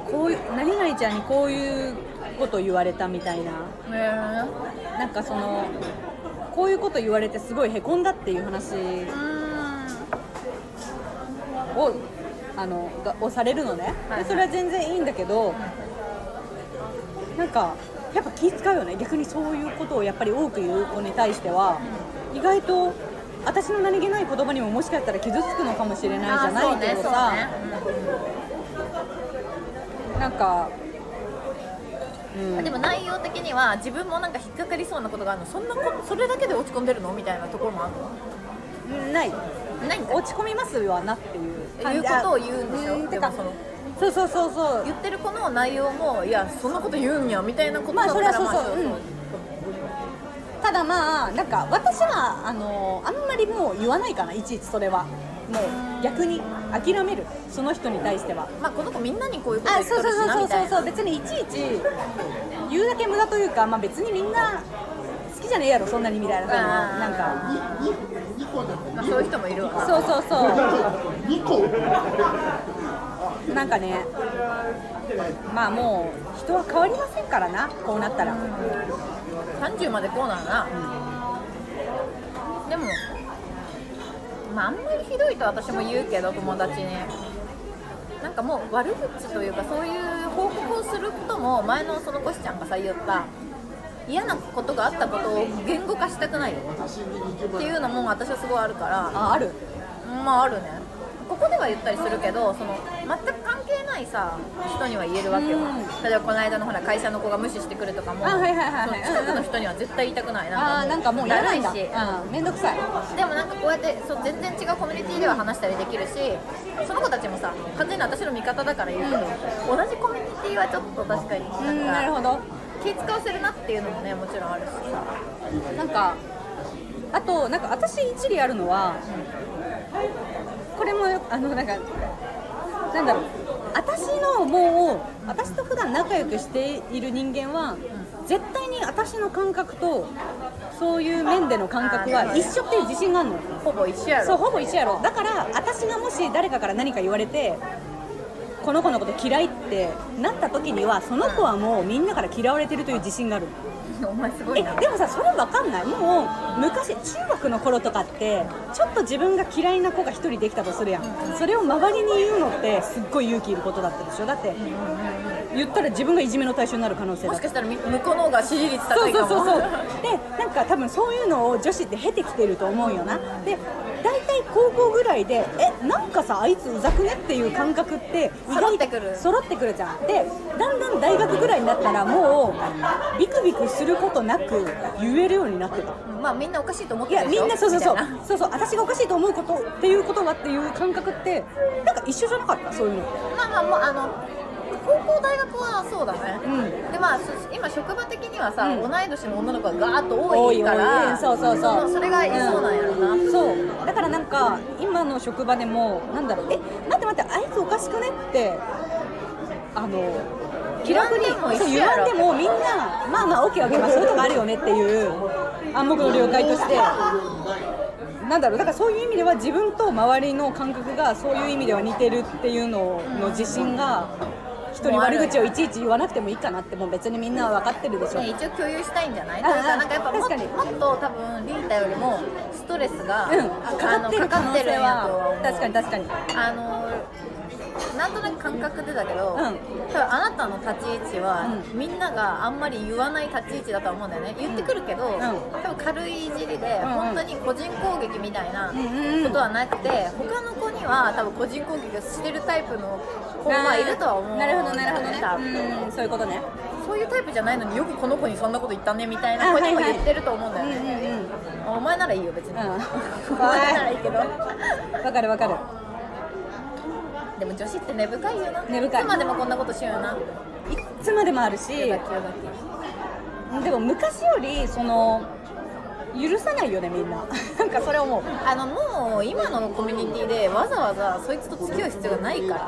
Speaker 1: こういう何々ちゃんにこういうこと言われたみたいな
Speaker 2: へえ
Speaker 1: なんかそのこういうこと言われてすごいへこんだっていう話
Speaker 2: うーん
Speaker 1: をあのがをされるのね、
Speaker 2: はいはい
Speaker 1: でそれは全然いいんだけどなんかやっぱ気使うよね逆にそういうことをやっぱり多く言う子に対しては意外と私の何気ない言葉にももしかしたら傷つくのかもしれないじゃないけどさ、なんか、うん
Speaker 2: でも内容的には自分もなんか引っかかりそうなことがあるのそんなことそれだけで落ち込んでるのみたいなところもあるの
Speaker 1: ない
Speaker 2: ないんか
Speaker 1: 落ち込みますはなっていう感
Speaker 2: 言う
Speaker 1: じ
Speaker 2: ことを言うんでしょ
Speaker 1: あーんてか
Speaker 2: でもその
Speaker 1: そうそうそうそう
Speaker 2: 言ってる子の内容もいやそんなこと言うんやみたいなことだったら
Speaker 1: まあそれはそうそう
Speaker 2: まあ
Speaker 1: うんただまあなんか私はあのあんまりもう言わないかないちいちそれはもう逆に諦めるその人に対しては
Speaker 2: まあこの子みんなにこういうこと
Speaker 1: あ
Speaker 2: 言って
Speaker 1: そう
Speaker 2: る
Speaker 1: そう
Speaker 2: しな
Speaker 1: そう
Speaker 2: みた
Speaker 1: そう
Speaker 2: いな
Speaker 1: そう別にいちいち言うだけ無駄というか、まあ、別にみんな好きじゃねえやろそんなにみたいな
Speaker 2: あー
Speaker 1: なんか
Speaker 2: まあそういう人もいるわな
Speaker 1: そうそうそ
Speaker 3: 2個
Speaker 1: うなんかねまあもう人は変わりませんからなこうなったら
Speaker 2: 30までこうなのな、でもまああんまりひどいと私も言うけど友達になんかもう悪口というかそういう報告をすることも前のそのコシちゃんがさ言った嫌なことがあったことを言語化したくないよっていうのも私はすごいあるから
Speaker 1: あある
Speaker 2: まああるねここでは言ったりするけどその全く関係ないさ人には言えるわけよ、
Speaker 1: うん
Speaker 2: 例えばこの間のほら会社の子が無視してくるとかも
Speaker 1: あはいはいはいはい
Speaker 2: その近くの人には絶対言いたくないな
Speaker 1: あーなんかもう嫌なんだ
Speaker 2: だるいし
Speaker 1: うん、めんどくさい
Speaker 2: でもなんかこうやってそう全然違うコミュニティでは話したりできるしその子たちもさ完全に私の味方だから言うけど、同じコミュニティはちょっと確かに
Speaker 1: うんな
Speaker 2: な
Speaker 1: る
Speaker 2: んか
Speaker 1: ほど
Speaker 2: 気使わせるなっていうのもねもちろんあるしさ
Speaker 1: なんかあとなんか私一理あるのはこれもあのなんかなんだろう私のもう私と普段仲良くしている人間は絶対に私の感覚とそういう面での感覚は一緒っていう自信があるの
Speaker 2: ほぼ一緒やろ
Speaker 1: そうほぼ一緒やろだから私がもし誰かから何か言われてこの子のこと嫌いってなった時にはその子はもうみんなから嫌われてるという自信がある
Speaker 2: お前すごい
Speaker 1: え
Speaker 2: な
Speaker 1: でもさそれ分かんないもう昔中学の頃とかってちょっと自分が嫌いな子が1人できたとするやんそれを周りに言うのってすっごい勇気いることだったでしょだって言ったら自分がいじめの対象になる可能性
Speaker 2: も
Speaker 1: だっ
Speaker 2: してかしたらみ向こうの方が支持率高
Speaker 1: そ
Speaker 2: いうか
Speaker 1: そ
Speaker 2: も
Speaker 1: うそうそうでなんか多分そういうのを女子って経てきてると思うよなで大体高校ぐらいでえなんかさあいつうざくねっていう感覚って意外
Speaker 2: 揃ってくる
Speaker 1: 揃ってくるじゃんでだんだん大学ぐらいになったらもうビクビクすることなく言えるようになってた
Speaker 2: まあみんなおかしいと思っ
Speaker 1: い
Speaker 2: て
Speaker 1: や
Speaker 2: る
Speaker 1: み
Speaker 2: でしょ
Speaker 1: んなそうそうそう
Speaker 2: みたいな
Speaker 1: そうそう私がおかしいと思うことっていうことはっていう感覚ってなんか一緒じゃなかったそういうの
Speaker 2: まあまあまああの高校大学はそうだね、
Speaker 1: う
Speaker 2: でまあそ今職場的にはさ、
Speaker 1: うん
Speaker 2: 同い年の女の子がガーッと多いから
Speaker 1: 多いそうそうそう
Speaker 2: それがいそうなんやろな、
Speaker 1: うんそうだからなんか今の職場でもなんだろうえ待って待ってあいつおかしくねってあの気楽に
Speaker 2: 言わんでも
Speaker 1: そう
Speaker 2: 一緒
Speaker 1: 言
Speaker 2: や
Speaker 1: わ
Speaker 2: ろ
Speaker 1: んでもみんなまあまあ OKOK、まあ、そういうとこあるよねっていう暗黙の了解としてなんだろうだからそういう意味では自分と周りの感覚がそういう意味では似てるっていうのの自信が人に悪口をいちいち言わなくてもいいかなってもう別にみんなは分かってるでしょ
Speaker 2: ね、一応共有したいんじゃない
Speaker 1: あ
Speaker 2: と
Speaker 1: あ
Speaker 2: いうかなんかやっぱもっ
Speaker 1: 確か
Speaker 2: と
Speaker 1: に
Speaker 2: もっと多分リータよりもストレスが、
Speaker 1: うん
Speaker 2: あ
Speaker 1: かか
Speaker 2: の
Speaker 1: ってる可能性
Speaker 2: かか
Speaker 1: は
Speaker 2: ってるんやと思う
Speaker 1: 確かに確かに
Speaker 2: あのなんとなく感覚でだけど、
Speaker 1: う
Speaker 2: 多分あなたの立ち位置は、
Speaker 1: う
Speaker 2: みんながあんまり言わない立ち位置だとは思うんだよね言ってくるけど、
Speaker 1: ん
Speaker 2: 多分軽いいじりで、
Speaker 1: うん
Speaker 2: 本当に個人攻撃みたいな
Speaker 1: うんうん
Speaker 2: ことはなくて、他の子には多分個人攻撃をしてるタイプの子がいるとは思うんだ
Speaker 1: なる
Speaker 2: よ
Speaker 1: ほどなるほど
Speaker 2: 多分
Speaker 1: ねうんそういうことね
Speaker 2: そういうタイプじゃないのによくこの子にそんなこと言ったねみたいな子にも言ってると思うんだ
Speaker 1: う
Speaker 2: よ
Speaker 1: んうん
Speaker 2: ね、
Speaker 1: うん
Speaker 2: お前ならいいよ別に、
Speaker 1: う
Speaker 2: お
Speaker 1: ん
Speaker 2: 前ならい いけど
Speaker 1: わかるわかる
Speaker 2: でも女子って根深いよな
Speaker 1: 根深い
Speaker 2: つまでもこんなことしようよない
Speaker 1: つまでもあるし
Speaker 2: 清崎清崎
Speaker 1: でも昔よりその許さないよねみんな なんかそれ思う
Speaker 2: あのもう今のコミュニティでわざわざそいつと付き合う必要がないから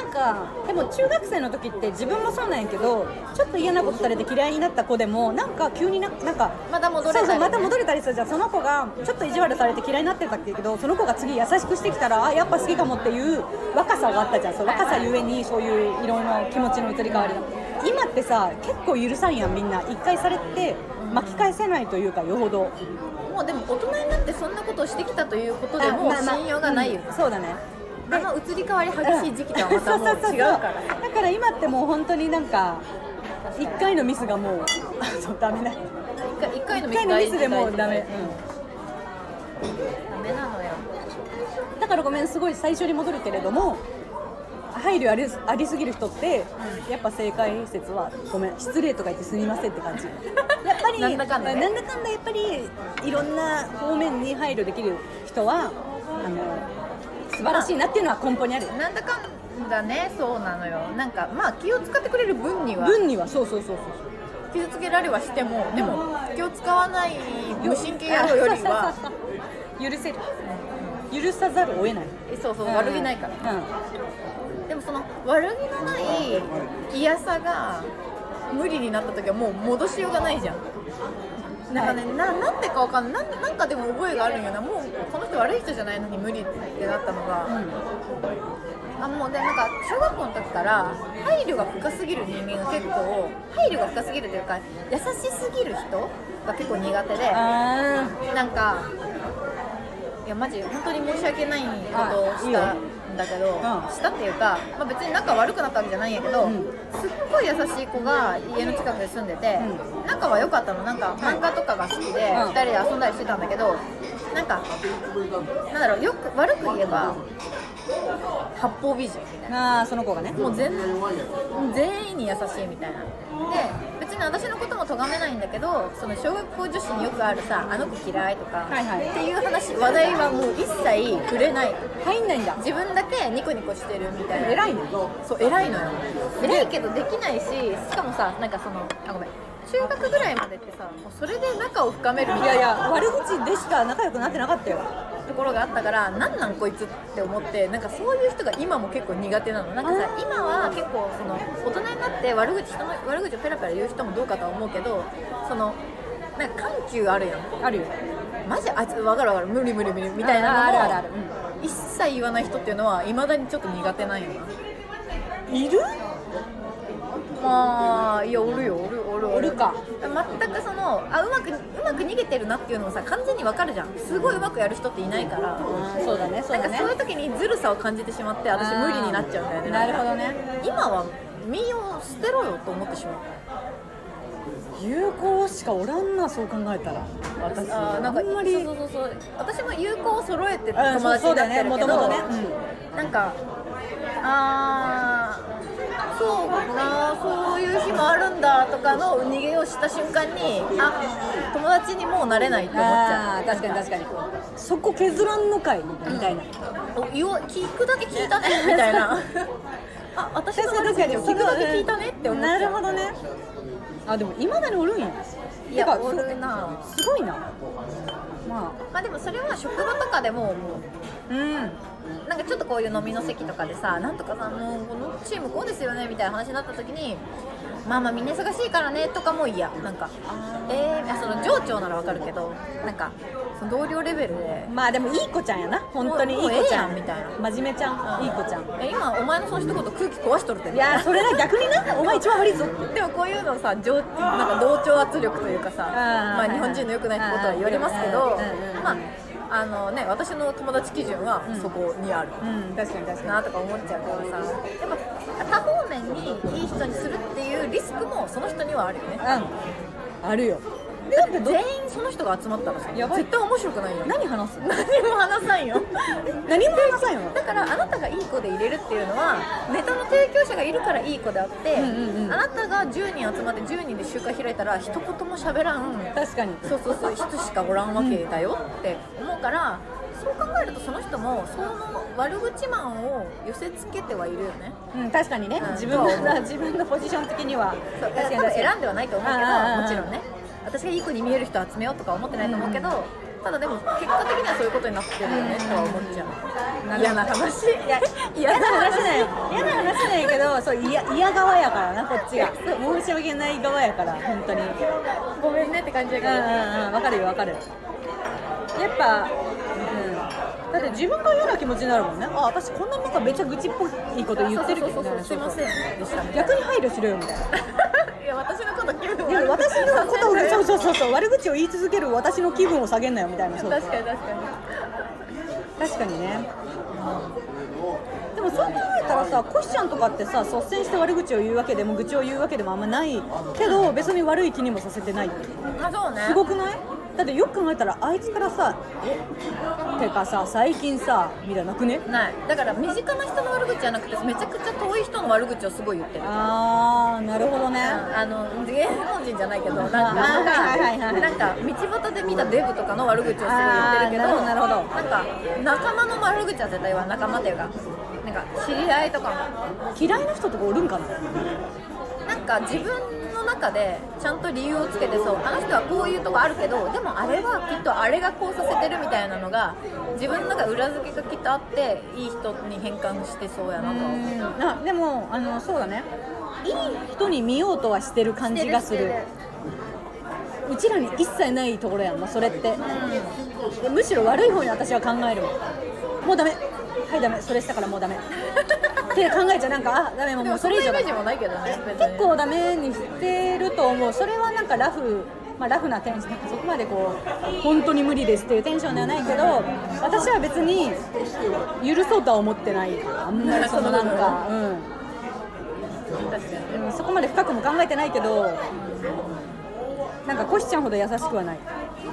Speaker 1: なんかでも中学生の時って自分もそうなんやけどちょっと嫌なことされて嫌いになった子でもなんか急にななんか
Speaker 2: また戻
Speaker 1: そ
Speaker 2: れたり
Speaker 1: うそうまた戻れたりするじゃんその子がちょっと意地悪されて嫌いになってたけどその子が次優しくしてきたらあやっぱ好きかもっていう若さがあったじゃんそう若さゆえにそういういろいろ気持ちの移り変わりが今ってさ結構許さんやんみんな一回されて巻き返せないというかよほど
Speaker 2: ねもうでも大人になってそんなことをしてきたということで
Speaker 1: あ
Speaker 2: もう
Speaker 1: まあまあ
Speaker 2: 信用がないよ、
Speaker 1: うんそうだね
Speaker 2: あの移り変わり激しい時期とはまたもう違う から
Speaker 1: そうそうそうだから今ってもう本当になんか1回のミスがもうそうダメだ1
Speaker 2: 一回一回のミス
Speaker 1: 回のミスでもうダメ、
Speaker 2: ダメなのよ
Speaker 1: うんだからごめんすごい最初に戻るけれども配慮ありありすぎる人ってやっぱ正解説はごめん失礼とか言ってすみませんって感じやっぱり
Speaker 2: なんだかんだね
Speaker 1: なんだかんだやっぱりいろんな方面に配慮できる人はあの素晴らしいなっていうのは根本にあるよ
Speaker 2: なんだかんだねそうなのよなんかまあ気を使ってくれる分には
Speaker 1: 文にはそうそうそうそう
Speaker 2: 傷つけられはしてもでも気を使わない無神経野郎よりは
Speaker 1: 許せる許さざるを得ない
Speaker 2: えそうそう悪気ないから
Speaker 1: ら
Speaker 2: でもその悪気のない嫌さが無理になった時はもう戻しようがないじゃんなんかねななんでかわかんないなんなんかでも覚えがあるんよなもうこの人悪い人じゃないのに無理ってなったのが、あもうでなんか小学校の時から配慮が深すぎる人間が結構配慮が深すぎるというか優しすぎる人が結構苦手で
Speaker 1: あ
Speaker 2: なんかいやマジ本当に申し訳ないことを
Speaker 1: あいい
Speaker 2: し
Speaker 1: よ
Speaker 2: たんだけど
Speaker 1: うん
Speaker 2: したっていうか、まあ、別に仲悪くなったわけじゃないんやけど、
Speaker 1: うん
Speaker 2: すっごい優しい子が家の近くで住んでて、仲は良かったのなんか漫画とかが好きで
Speaker 1: うん
Speaker 2: 2人で遊んだりしてたんだけどなんかなんだろうよく悪く言えば八方美人みたいな。
Speaker 1: ーあーその子がね
Speaker 2: もう全全員に優しいみたいなで別に私のことも咎めないんだけどその小学校女子によくあるさ「あの子嫌い」とか、
Speaker 1: はいはい
Speaker 2: っていう話話題はもう一切触れない
Speaker 1: 入んないんだ
Speaker 2: 自分だけニコニコしてるみたいな
Speaker 1: 偉いね
Speaker 2: そう偉いのよ偉いけどできないししかもさなんかそのあごめん中学ぐらいまでってさもうそれで仲を深めるみ
Speaker 1: い
Speaker 2: た
Speaker 1: や
Speaker 2: い
Speaker 1: い
Speaker 2: な
Speaker 1: や悪口でしか仲良くなってなかったよ
Speaker 2: ところがあったからなんなんこいつって思ってなんかそういう人が今も結構苦手なのなんかさ
Speaker 1: あー
Speaker 2: 今は結構その大人になって悪口人の悪口をペラペラ言う人もどうかとは思うけどそのなんか緩急あるやん
Speaker 1: あるよ
Speaker 2: マジあいつ分かる分かる無理無理無理みたいなのも
Speaker 1: ああるあるある
Speaker 2: 一切言わない人っていうのはいまだにちょっと苦手なんよない
Speaker 1: る
Speaker 2: まあいやおるよおるおる
Speaker 1: おるか
Speaker 2: 全くそのあうまくうまく逃げてるなっていうのもさ完全に分かるじゃんすごいうまくやる人っていないから、
Speaker 1: そうだねそう
Speaker 2: なん
Speaker 1: だ
Speaker 2: か
Speaker 1: ね
Speaker 2: そういう時にずるさを感じてしまって私無理になっちゃうんだよね
Speaker 1: なるほ
Speaker 2: んか
Speaker 1: どね
Speaker 2: 今は身を捨てろよと思ってしまう
Speaker 1: 有効しかおらんなそう考えたら私
Speaker 2: あーなんか
Speaker 1: あんまり
Speaker 2: そうそうそうそう私も友好を揃えて友
Speaker 1: あーそうそう
Speaker 2: 達に
Speaker 1: だ
Speaker 2: なって
Speaker 1: よね
Speaker 2: る
Speaker 1: も
Speaker 2: け
Speaker 1: と
Speaker 2: ど
Speaker 1: もとね
Speaker 2: なんかあーそうかなそういう日もあるんだとかの逃げをした瞬間にあ友達にもうなれないって思っちゃう
Speaker 1: あー確かに確かにそこ削らんのかいみたいな
Speaker 2: お言お聞くだけ聞 いたねみたいな あ私の話でも聞くだけ聞いたねって思っちゃ
Speaker 1: な
Speaker 2: う
Speaker 1: るほどねあでもいまだにおるんや
Speaker 2: いや
Speaker 1: てか
Speaker 2: おるな
Speaker 1: すごいなまあ
Speaker 2: まあでもそれは職場とかでもも
Speaker 1: うん
Speaker 2: うなんかちょっとこういう飲みの席とかでさなんとかさもうこのチームこうですよねみたいな話になった時にまあまあみんな忙しいからねとかも嫌なんかえー、いやその上長ならわかるけどなんかその同僚レベルで
Speaker 1: まあでもいい子ちゃんやな本当にいい子ちゃん
Speaker 2: もうもうええやんみたい
Speaker 1: な真面目ちゃんいい子ちゃん
Speaker 2: え今お前のその一言空気壊しとるって
Speaker 1: いやーそれな逆になお前一番悪いぞ
Speaker 2: でもこういうのさ上なんか同調圧力というかさ
Speaker 1: ん
Speaker 2: まあ、日本人の良くないってことは言われますけど
Speaker 1: うんうん
Speaker 2: まああのね私の友達基準はそこにある、
Speaker 1: うん確かに確か
Speaker 2: なとか思っちゃうからさやっぱ他方面にいい人にするっていうリスクもその人にはあるよね
Speaker 1: にうんあるよでだってど
Speaker 2: 全員その人が集まったらさ
Speaker 1: やばい
Speaker 2: 絶対面白くないよ
Speaker 1: 何話すの
Speaker 2: 何も話さんよ
Speaker 1: 何も話さんよ
Speaker 2: だからあなたがいい子で入れるっていうのはネタの提供者がいるからいい子であって、
Speaker 1: んうんうん
Speaker 2: あなたが10人集まって10人で集会開いたら一言も喋らん
Speaker 1: 確かに
Speaker 2: そうそうそう人しかおらんわけだよって思うから、そう考えるとその人もその悪口マンを寄せつけてはいるよね
Speaker 1: うん確かにね
Speaker 2: うん
Speaker 1: 自分
Speaker 2: そう思
Speaker 1: の 自分のポジション的には
Speaker 2: そう
Speaker 1: 確
Speaker 2: 多
Speaker 1: かに
Speaker 2: 分
Speaker 1: 確か
Speaker 2: 選んではないと思うけ
Speaker 1: あああ
Speaker 2: ど
Speaker 1: あ
Speaker 2: もちろんね私がいい子に見える人集めようとか思ってないと思うけど、ただでも結果的にはそういうことになってるよねとは思っちゃう
Speaker 1: に
Speaker 2: 嫌な話
Speaker 1: いや嫌な話だよ嫌な話だよけどそう嫌嫌側やからなこっちが申し訳ない側やから本当に
Speaker 2: ごめんねって感じだ
Speaker 1: うんうんうんわかるよわかるやっぱ、うん、だって自分が嫌な気持ちになるもんねあ私こんななんかめちゃ愚痴っぽいこと言ってるけど
Speaker 2: そうそうそうそうすいませんでしたみたい
Speaker 1: 逆に配慮しろよみたいな
Speaker 2: ないや私のこと気分
Speaker 1: で
Speaker 2: 悪
Speaker 1: も
Speaker 2: く
Speaker 1: 私のことを
Speaker 2: さ せんな
Speaker 1: そう
Speaker 2: よ
Speaker 1: そうそうそう悪口を言い続ける私の気分を下げんなよみたいなそう
Speaker 2: 確かに確かに
Speaker 1: 確かにねでもそう考えたらさコシちゃんとかってさ率先して悪口を言うわけでも愚痴を言うわけでもあんまないけど別に悪い気にもさせてないって
Speaker 2: あそうね
Speaker 1: すごくないだってよく考えたらあいつからさ「えてかさ最近さ」みたいななくね
Speaker 2: ないだから身近な人の悪口じゃなくてめちゃくちゃ遠い人の悪口をすごい言ってる
Speaker 1: あーなるほどね
Speaker 2: あの芸能人じゃないけどなんか
Speaker 1: あはいはいはいはい
Speaker 2: なんか道端で見たデブとかの悪口をすごい言ってるけ
Speaker 1: あーな
Speaker 2: ど
Speaker 1: るほどなるほ
Speaker 2: なんか仲間の悪口は絶対言わない仲間っていうかなんか知り合いとか
Speaker 1: 嫌いな人とかおるんかな
Speaker 2: もなんか自分の中でちゃんと理由をつけてそうあの人はこういうとこあるけどでもあれはきっとあれがこうさせてるみたいなのが自分の中で裏付けがきっとあっていい人に変換してそうやなと思う
Speaker 1: あでもあのそうだねいい人に見ようとはしてる感じがするうちらに一切ないところやんなそれって、むしろ悪い方に私は考えるもんもうダメはいダメそれしたからもうダメ って考えちゃうなんかあダメもう
Speaker 2: で
Speaker 1: も
Speaker 2: も
Speaker 1: う
Speaker 2: そ
Speaker 1: そ
Speaker 2: れ
Speaker 1: れ以
Speaker 2: イ
Speaker 1: 上
Speaker 2: メ
Speaker 1: だ
Speaker 2: ージもないけどね別に
Speaker 1: 結構ダメにしてると思うそれはなんかラフまあ、ラフなテンションなんかそこまでこう本当に無理ですっていうテンションではないけど私は別に許そうとは思ってないからあんまりそのなんか、うん、
Speaker 2: 確かに
Speaker 1: うんそこまで深くも考えてないけどなんかコシちゃんほど優しくはない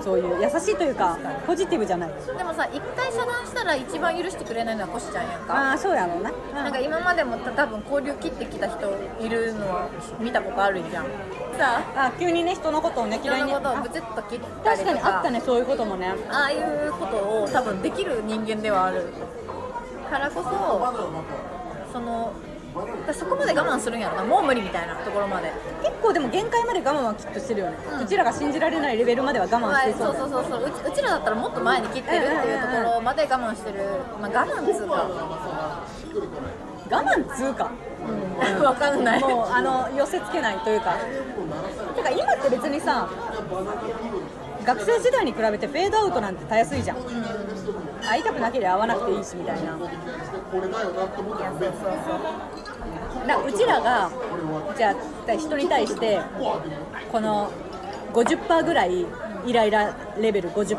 Speaker 1: そういう優しいというかポジティブじゃない
Speaker 2: でもさ一回遮断したら一番許してくれないのはコシちゃんやんか
Speaker 1: ああそうやろうな
Speaker 2: なんか今までもた多分交流切ってきた人いるのは見たことあるじゃんさあ
Speaker 1: あ急にね人のことをね
Speaker 2: 人
Speaker 1: 嫌い
Speaker 2: の
Speaker 1: に
Speaker 2: ことをブ
Speaker 1: あ
Speaker 2: ツッと切ったり
Speaker 1: 確
Speaker 2: とか
Speaker 1: かにあったねそういうこともね
Speaker 2: ああいうことを多分できる人間ではあるからこそそのだからそこまで我慢するんやろなもう無理みたいなところまで
Speaker 1: 結構でも限界まで我慢はきっとしてるよね、う
Speaker 2: うん
Speaker 1: ちらが信じられないレベルまでは我慢
Speaker 2: は
Speaker 1: して
Speaker 2: い、
Speaker 1: そう
Speaker 2: そう
Speaker 1: だ
Speaker 2: そ
Speaker 1: よ
Speaker 2: うそうそううちうちらだったらもっと前に切ってるっていうところまで我慢してる、まあ、我慢っつうか、
Speaker 1: 我慢っつうか
Speaker 2: うん、分かんない
Speaker 1: もうあの寄せつけないというかてか今って別にさ学生時代に比べてフェードアウトなんてたやすいじゃん会いたくなければ会わなくていいしみたいない
Speaker 2: やそうそうそう
Speaker 1: なうちらがじゃあ人に対してこの50%ぐらいイライラレベル50%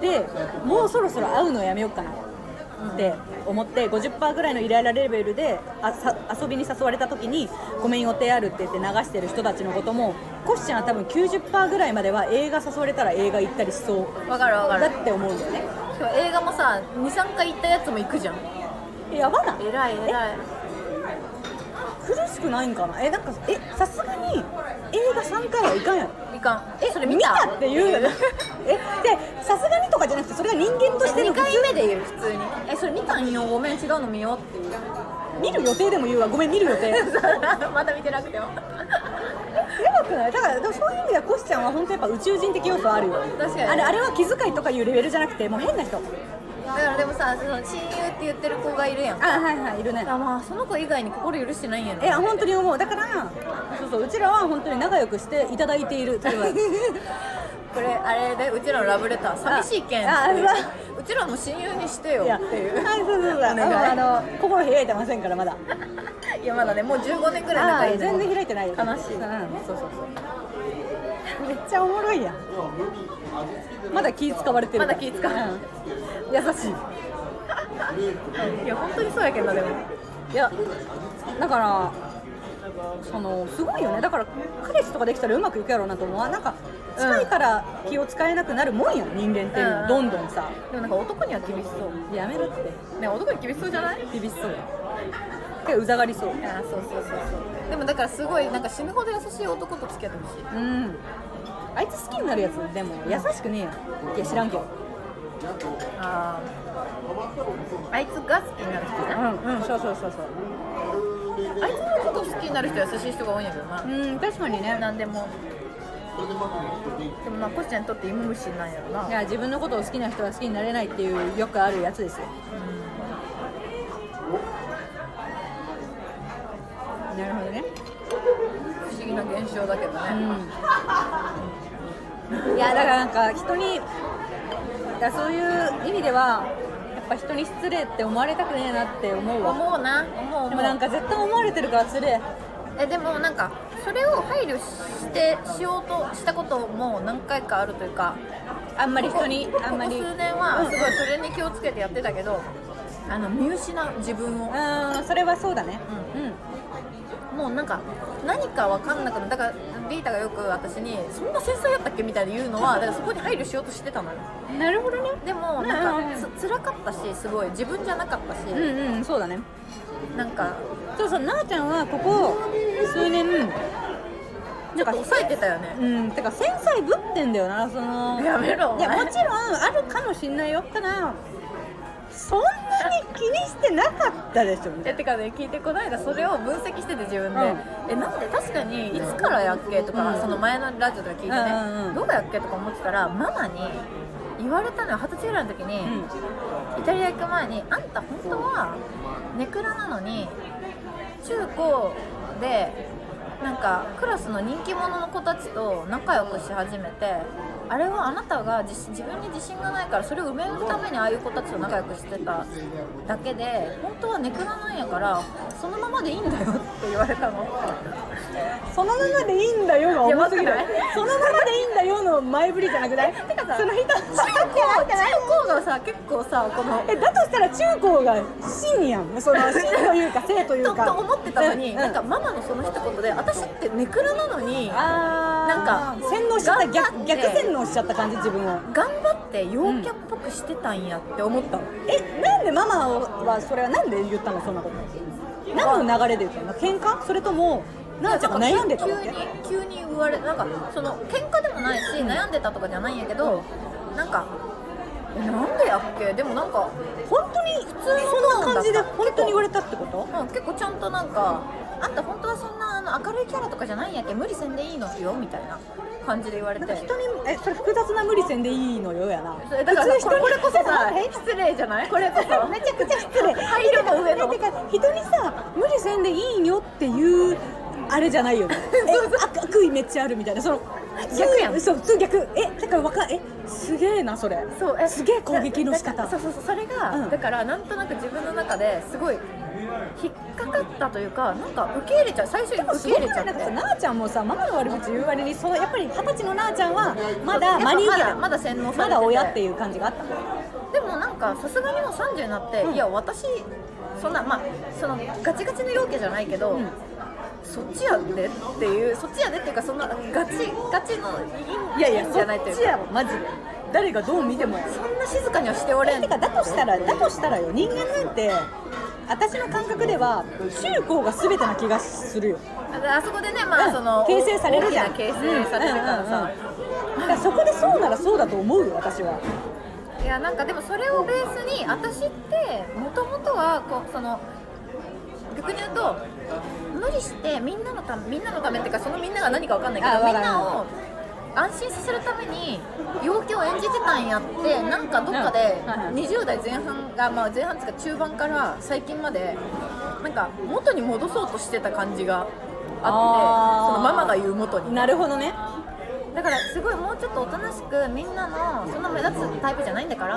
Speaker 1: でもうそろそろ会うのやめようかなって思って50%ぐらいのイライラレベルであさ遊びに誘われた時にごめん予定あるって言って流してる人たちのこともコシちゃんは多分90%ぐらいまでは映画誘われたら映画行ったりしそう
Speaker 2: うん分かる分か
Speaker 1: だ
Speaker 2: る
Speaker 1: って思うんだよね
Speaker 2: 今日映画もさ23回行ったやつも行くじゃん
Speaker 1: やばない
Speaker 2: 偉い偉い
Speaker 1: 苦しくないんかなえなんかえさすがに映画3回はいかんやろ
Speaker 2: いかんえそれ見
Speaker 1: 見
Speaker 2: た
Speaker 1: たって言うよねえでさすがにとかじゃなくてそれが人間としての
Speaker 2: 2
Speaker 1: 普通
Speaker 2: 回目で言う普通にえそれ見たんよごめん違うの見ようっていう
Speaker 1: 見る予定でも言うわごめん見る予定や
Speaker 2: まだ見てなくても
Speaker 1: ばくないだからでもそういう意味ではコシちゃんは本当やっぱ宇宙人的要素あるよ
Speaker 2: 確かに
Speaker 1: あれあれは気遣いとかいうレベルじゃなくてもう変な人
Speaker 2: だからでもさその親友って言ってる子がいるやん
Speaker 1: あはいはいいるね
Speaker 2: あまあその子以外に心許してないんや
Speaker 1: え
Speaker 2: な
Speaker 1: 本当に思うだからそうそううちらは本当に仲良くしていただいている 例えば
Speaker 2: これあれでうちらのラブレター寂しいけん
Speaker 1: ああうわ
Speaker 2: うちらの親友にしてよ
Speaker 1: いや
Speaker 2: っていう
Speaker 1: はいそうそうそうあ
Speaker 2: お願い
Speaker 1: のあの心開いてませんからまだ
Speaker 2: いやまだねもう15年くらい
Speaker 1: あ
Speaker 2: 仲い
Speaker 1: ー
Speaker 2: い
Speaker 1: 全
Speaker 2: の
Speaker 1: 然開いてないよ
Speaker 2: 悲し
Speaker 1: う
Speaker 2: い
Speaker 1: ん、そうそうそうめっちゃおもろいやんまだ気使われてる
Speaker 2: まだ気使われてる
Speaker 1: うん優しい
Speaker 2: いや本当にそうやけどなでも
Speaker 1: いやだからそのすごいよねだから彼氏とかできたらうまくいくやろうなと思うわなんか近いから気を使えなくなるもんやん人間っていうのはどんどんさ
Speaker 2: でもなんか男には厳しそう
Speaker 1: やめろって
Speaker 2: ね男に厳しそうじゃない
Speaker 1: 厳しそうでうざがりそう
Speaker 2: あそうそうそうそうでもだからすごいなんか死ぬほど優しい男と付き合ってほしい
Speaker 1: うんあいつ好きになるやつでも優しくねえよいや知らんけど
Speaker 2: ああいつが好きになる人ね
Speaker 1: うんうんそうそうそうそう
Speaker 2: あいつのこと好きになる人優しい人が多いんやけどな
Speaker 1: うん確かにね
Speaker 2: 何でもでもまあコシちゃんにとって芋虫なんやろない
Speaker 1: や自分のことを好きな人は好きになれないっていうよくあるやつですよなるほどね
Speaker 2: 不思議な現象だけどね、
Speaker 1: うんいやだからなんか人にだからそういう意味ではやっぱ人に失礼って思われたくねえなって思うわ
Speaker 2: 思うな思う思う
Speaker 1: でもなんか絶対思われてるから失礼
Speaker 2: えでもなんかそれを配慮してしようとしたことも何回かあるというか
Speaker 1: あんまり人にあんまり
Speaker 2: ここ数
Speaker 1: う
Speaker 2: 年はすごいそれに気をつけてやってたけど、あの見失う自分を
Speaker 1: あーそれはそうだねうん
Speaker 2: もうなんか何か分かんなくなるだからリータがよく私に「そんな繊細だったっけ?」みたいに言う のはだからそこに配慮しようとしてたのよ
Speaker 1: なるほどね
Speaker 2: でもなんかつ辛かったしすごい自分じゃなかったし、
Speaker 1: うんうんそうだね
Speaker 2: なんか
Speaker 1: そうそうなあちゃんはここ数年
Speaker 2: なんか抑えてたよね
Speaker 1: うんてか繊細ぶってんだよなその
Speaker 2: やめろお
Speaker 1: いや
Speaker 2: 前
Speaker 1: もちろんあるかもしんないよただそんなに気にしてなかったでしょみたい
Speaker 2: えてかね聞いてこないだそれを分析してて自分で、
Speaker 1: うん
Speaker 2: えなんで確かにいつからやっけとか、
Speaker 1: うん
Speaker 2: その前のラジオとか聞いて
Speaker 1: う
Speaker 2: ね、
Speaker 1: んうんうん
Speaker 2: どうやっけとか思ってたらママに言われたのよ二十歳ぐらいの時に、
Speaker 1: なうん
Speaker 2: イタリア行く前にあんた本当はネクラなのに中高でなんかクラスの人気者の子たちと仲良くし始めてあれはあなたが自信自分に自信がないからそれを埋めるためにああいう子たちと仲良くしてただけで本当はネクラなんやからそのままでいいんだよって言われたの
Speaker 1: そのままでいいんだよが重すぎる
Speaker 2: やばくない
Speaker 1: そのままでいいんだよの前振りじゃなくない
Speaker 2: てかさ
Speaker 1: その人
Speaker 2: 中高中高がさ結構さこの
Speaker 1: えだとしたら中高が真やんその真というか生という
Speaker 2: と
Speaker 1: か
Speaker 2: と思ってたのに、
Speaker 1: う
Speaker 2: なんかママのその一言で私ってネクラなのに
Speaker 1: あー
Speaker 2: なんか
Speaker 1: 洗脳しちゃった逆
Speaker 2: 頑張って
Speaker 1: 逆洗脳しちゃった感じ自分を
Speaker 2: 頑張って陽キャっぽくしてたんやって思ったの、
Speaker 1: えなんでママはそれはなんで言ったのそんなこと何の流れで言ったの喧嘩それともなあちゃんが悩んでた
Speaker 2: 急
Speaker 1: の
Speaker 2: に急に言われなんかその喧嘩でもないし悩んでたとかじゃないんやけどなんかえなんでやっけでもなんか、
Speaker 1: 本当に普通
Speaker 2: の
Speaker 1: そんな感じで
Speaker 2: トーンだった
Speaker 1: 本当に言われたってこと
Speaker 2: うん、結構ちゃんとなんかあんた本当はそんなあの明るいキャラとかじゃないんやけ無理せんでいいのよみたいな感じで言われて
Speaker 1: なんか人にえそれ複雑な無理せんでいいのよやな
Speaker 2: それだから
Speaker 1: 普通人に
Speaker 2: これ こそさ
Speaker 1: え
Speaker 2: 失礼じゃないこれこそ
Speaker 1: めちゃくちゃ失礼
Speaker 2: 配慮が上の
Speaker 1: てか人にさ無理せんでいいよっていうあれじゃない よねえ悪悪意めっちゃあるみたいなその
Speaker 2: 逆やん
Speaker 1: そう普通逆えだからわかえすげえなそれ
Speaker 2: そうえ
Speaker 1: すげえ攻撃の仕
Speaker 2: だ
Speaker 1: 方
Speaker 2: だそうそうそうそれが、
Speaker 1: うん
Speaker 2: だからなんとなく自分の中ですごい引っかかったというかなんか受け入れちゃう最初に受け入れちゃっ
Speaker 1: なんかさ
Speaker 2: て
Speaker 1: なあちゃんもさママの悪口言う割にそうやっぱり二十歳のなあちゃんはまだ
Speaker 2: ま
Speaker 1: 真に受けた
Speaker 2: だまだ洗脳されてて
Speaker 1: まだ親っていう感じがあったの
Speaker 2: でもなんかさすがにもう30になって、
Speaker 1: うん
Speaker 2: いや私そんなまあそのガチガチの要件じゃないけど、
Speaker 1: うん
Speaker 2: そっちやでっていうそっちやでっていうかそんなガチガチのいいじゃないというか
Speaker 1: やろマジで誰がどう見ても
Speaker 2: そんな静かにはしておれん
Speaker 1: てかだとしたらだとしたらよ人間なんて私の感覚では中高が全てな気がするよ
Speaker 2: ああそこでねまあその
Speaker 1: 形成されるじゃん
Speaker 2: 大きな形成されてか
Speaker 1: うんう
Speaker 2: らさ、
Speaker 1: んうんだからそこでそうならそうだと思うよ私はい
Speaker 2: やなんかでもそれをベースに私ってもともとはこうその逆に言うと無理してみんなのためみんなのためっていうかそのみんなが何か分かんないけ
Speaker 1: あ
Speaker 2: ど
Speaker 1: わか
Speaker 2: み
Speaker 1: る
Speaker 2: んなを安心させるために陽気を演じてたんやってなんかどっかで
Speaker 1: うんはいはい
Speaker 2: 20代前半がまあ前半っていうか中盤から最近までなんか元に戻そうとしてた感じがあ
Speaker 1: あ
Speaker 2: って
Speaker 1: ー
Speaker 2: そのママが言う元に。
Speaker 1: なるほどね
Speaker 2: だからすごいもうちょっとおとなしくみんなのそんな目立つタイプじゃないんだから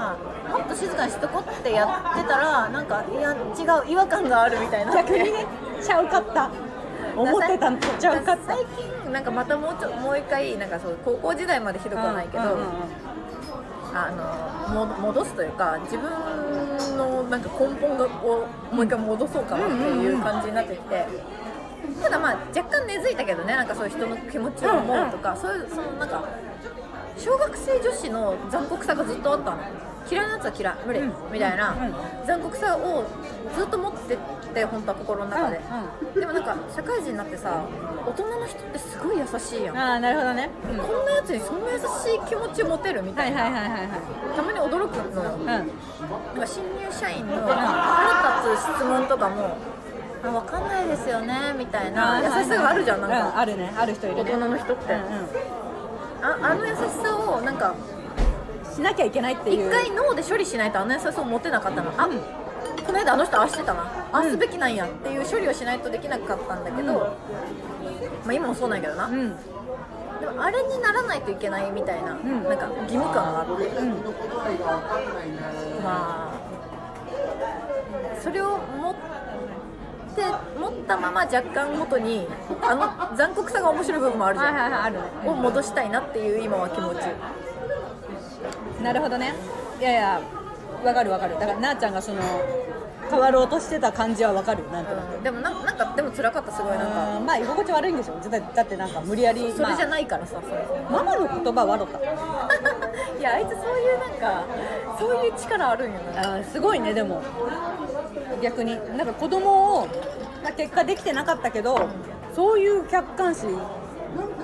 Speaker 2: もっと静かにしとこってやってたらなんかいや違う違和感があるみたいな
Speaker 1: 逆 にねちゃうかった思ってたん とちゃうかった
Speaker 2: 最近なんかまたもうちょもう一回なんかそう高校時代までひどくはないけど、
Speaker 1: うんうんうん
Speaker 2: あのも戻すというか自分のなんか根本がをもう一回戻そうかなっていう感じになってきて、ただまあ若干根付いたけどねなんかそういう人の気持ちを思うとか、そういうそのなんか小学生女子の残酷さがずっとあったの嫌いなやつは嫌い無理、
Speaker 1: うん
Speaker 2: みたいな、
Speaker 1: う
Speaker 2: 残酷さをずっと持ってって本当は心の中で、でもなんか社会人になってさ大人の人ってすごい優しいやん、
Speaker 1: うんああなるほどね、うん
Speaker 2: こんなやつにそんな優しい気持ちを持てるみた
Speaker 1: はい
Speaker 2: いな、
Speaker 1: はいはいはい
Speaker 2: たまに驚くのよ
Speaker 1: はい、うん、
Speaker 2: なんか新入社員の腹立つ質問とかも「あ分かんないですよね」みたいな優しさがあるじゃんなん
Speaker 1: う
Speaker 2: か
Speaker 1: あるねある人いる
Speaker 2: 大
Speaker 1: ね
Speaker 2: 人の人って
Speaker 1: う
Speaker 2: あ
Speaker 1: ん
Speaker 2: あの優しさをなん
Speaker 1: う
Speaker 2: か
Speaker 1: んしなきゃいけないってい
Speaker 2: 一
Speaker 1: う
Speaker 2: 回脳で処理しないとあの優しさを持てなかったのあこの間あの人ああしてたなああすべきなんやっていう処理をしないとできなかったんだけど、
Speaker 1: うん
Speaker 2: まあ、今もそうなんやけどな、
Speaker 1: うんうん
Speaker 2: でもあれにならないといけないみたいな,、
Speaker 1: ん
Speaker 2: なんか義務感があってまあそれを持って持ったまま若干元にあの残酷さが面白い部分もあるじ
Speaker 1: はいは
Speaker 2: ゃ
Speaker 1: いはいあるね
Speaker 2: んを戻したいなっていう今は気持ち
Speaker 1: なるほどねいやいやわかるわかるだからなあちゃんがその変わろうとしてた感じはわかるよなんとなく
Speaker 2: うんでもなんなんかでも辛かったすごいなんか
Speaker 1: うんまあ居心地悪いんでしょだだってなんか無理やり
Speaker 2: それじゃ
Speaker 1: ま
Speaker 2: ないからさそれ
Speaker 1: あママの言葉はろた
Speaker 2: いやあいつそういうなんかそういう力あるんよね
Speaker 1: あーすごいねでも逆になんか子供を、まあ、結果できてなかったけどそういう客観視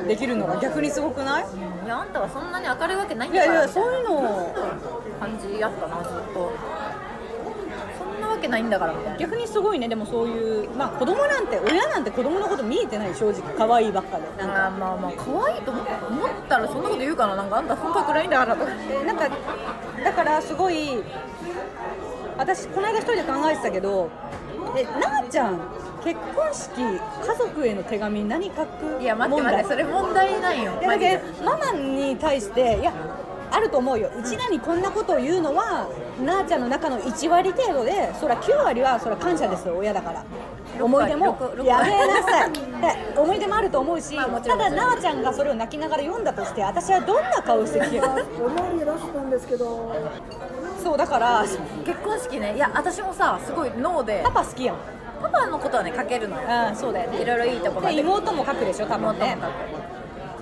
Speaker 1: できるのが逆にすごくない
Speaker 2: いやあんたはそんなに明るいわけないん
Speaker 1: い
Speaker 2: だ
Speaker 1: やい
Speaker 2: から
Speaker 1: や
Speaker 2: みたい
Speaker 1: そういうのを
Speaker 2: な感じやったなずっとそんなわけないんだからみたいな
Speaker 1: 逆にすごいねでもそういうまあ子供なんて親なんて子供のこと見えてない正直可愛いばっかでなんか
Speaker 2: あーまあまあ可愛いと思った思ったらそんなこと言うかななんかあんた本格ないんだからとか
Speaker 1: でなんかだからすごい私この間一人で考えてたけどえなあちゃん結婚式家族への手紙何書く
Speaker 2: いや待って待ってそれ問題ないよ
Speaker 1: いや
Speaker 2: マ
Speaker 1: だ
Speaker 2: ジ
Speaker 1: け
Speaker 2: で
Speaker 1: どママに対していやあると思うようちらにこんなことを言うのはなあちゃんの中の1割程度でそら9割はそら感謝ですよ親だから
Speaker 2: 六
Speaker 1: 思い
Speaker 2: 割
Speaker 1: 出も
Speaker 2: 六六
Speaker 1: やめなさ いで思い出もあると思うし、
Speaker 2: まあもちろ
Speaker 1: た
Speaker 2: ん
Speaker 1: だなあちゃんがそれを泣きながら読んだとして私はどんな顔してきてる
Speaker 3: お料理ラストなんですけど、
Speaker 1: そうだから
Speaker 2: 結婚式ねいや私もさすごい脳で
Speaker 1: パパ好きやん
Speaker 2: パパのことはね書けるのよ
Speaker 1: うんそうだよね
Speaker 2: いろいろいいとこが
Speaker 1: で妹も書くでしょ多分ね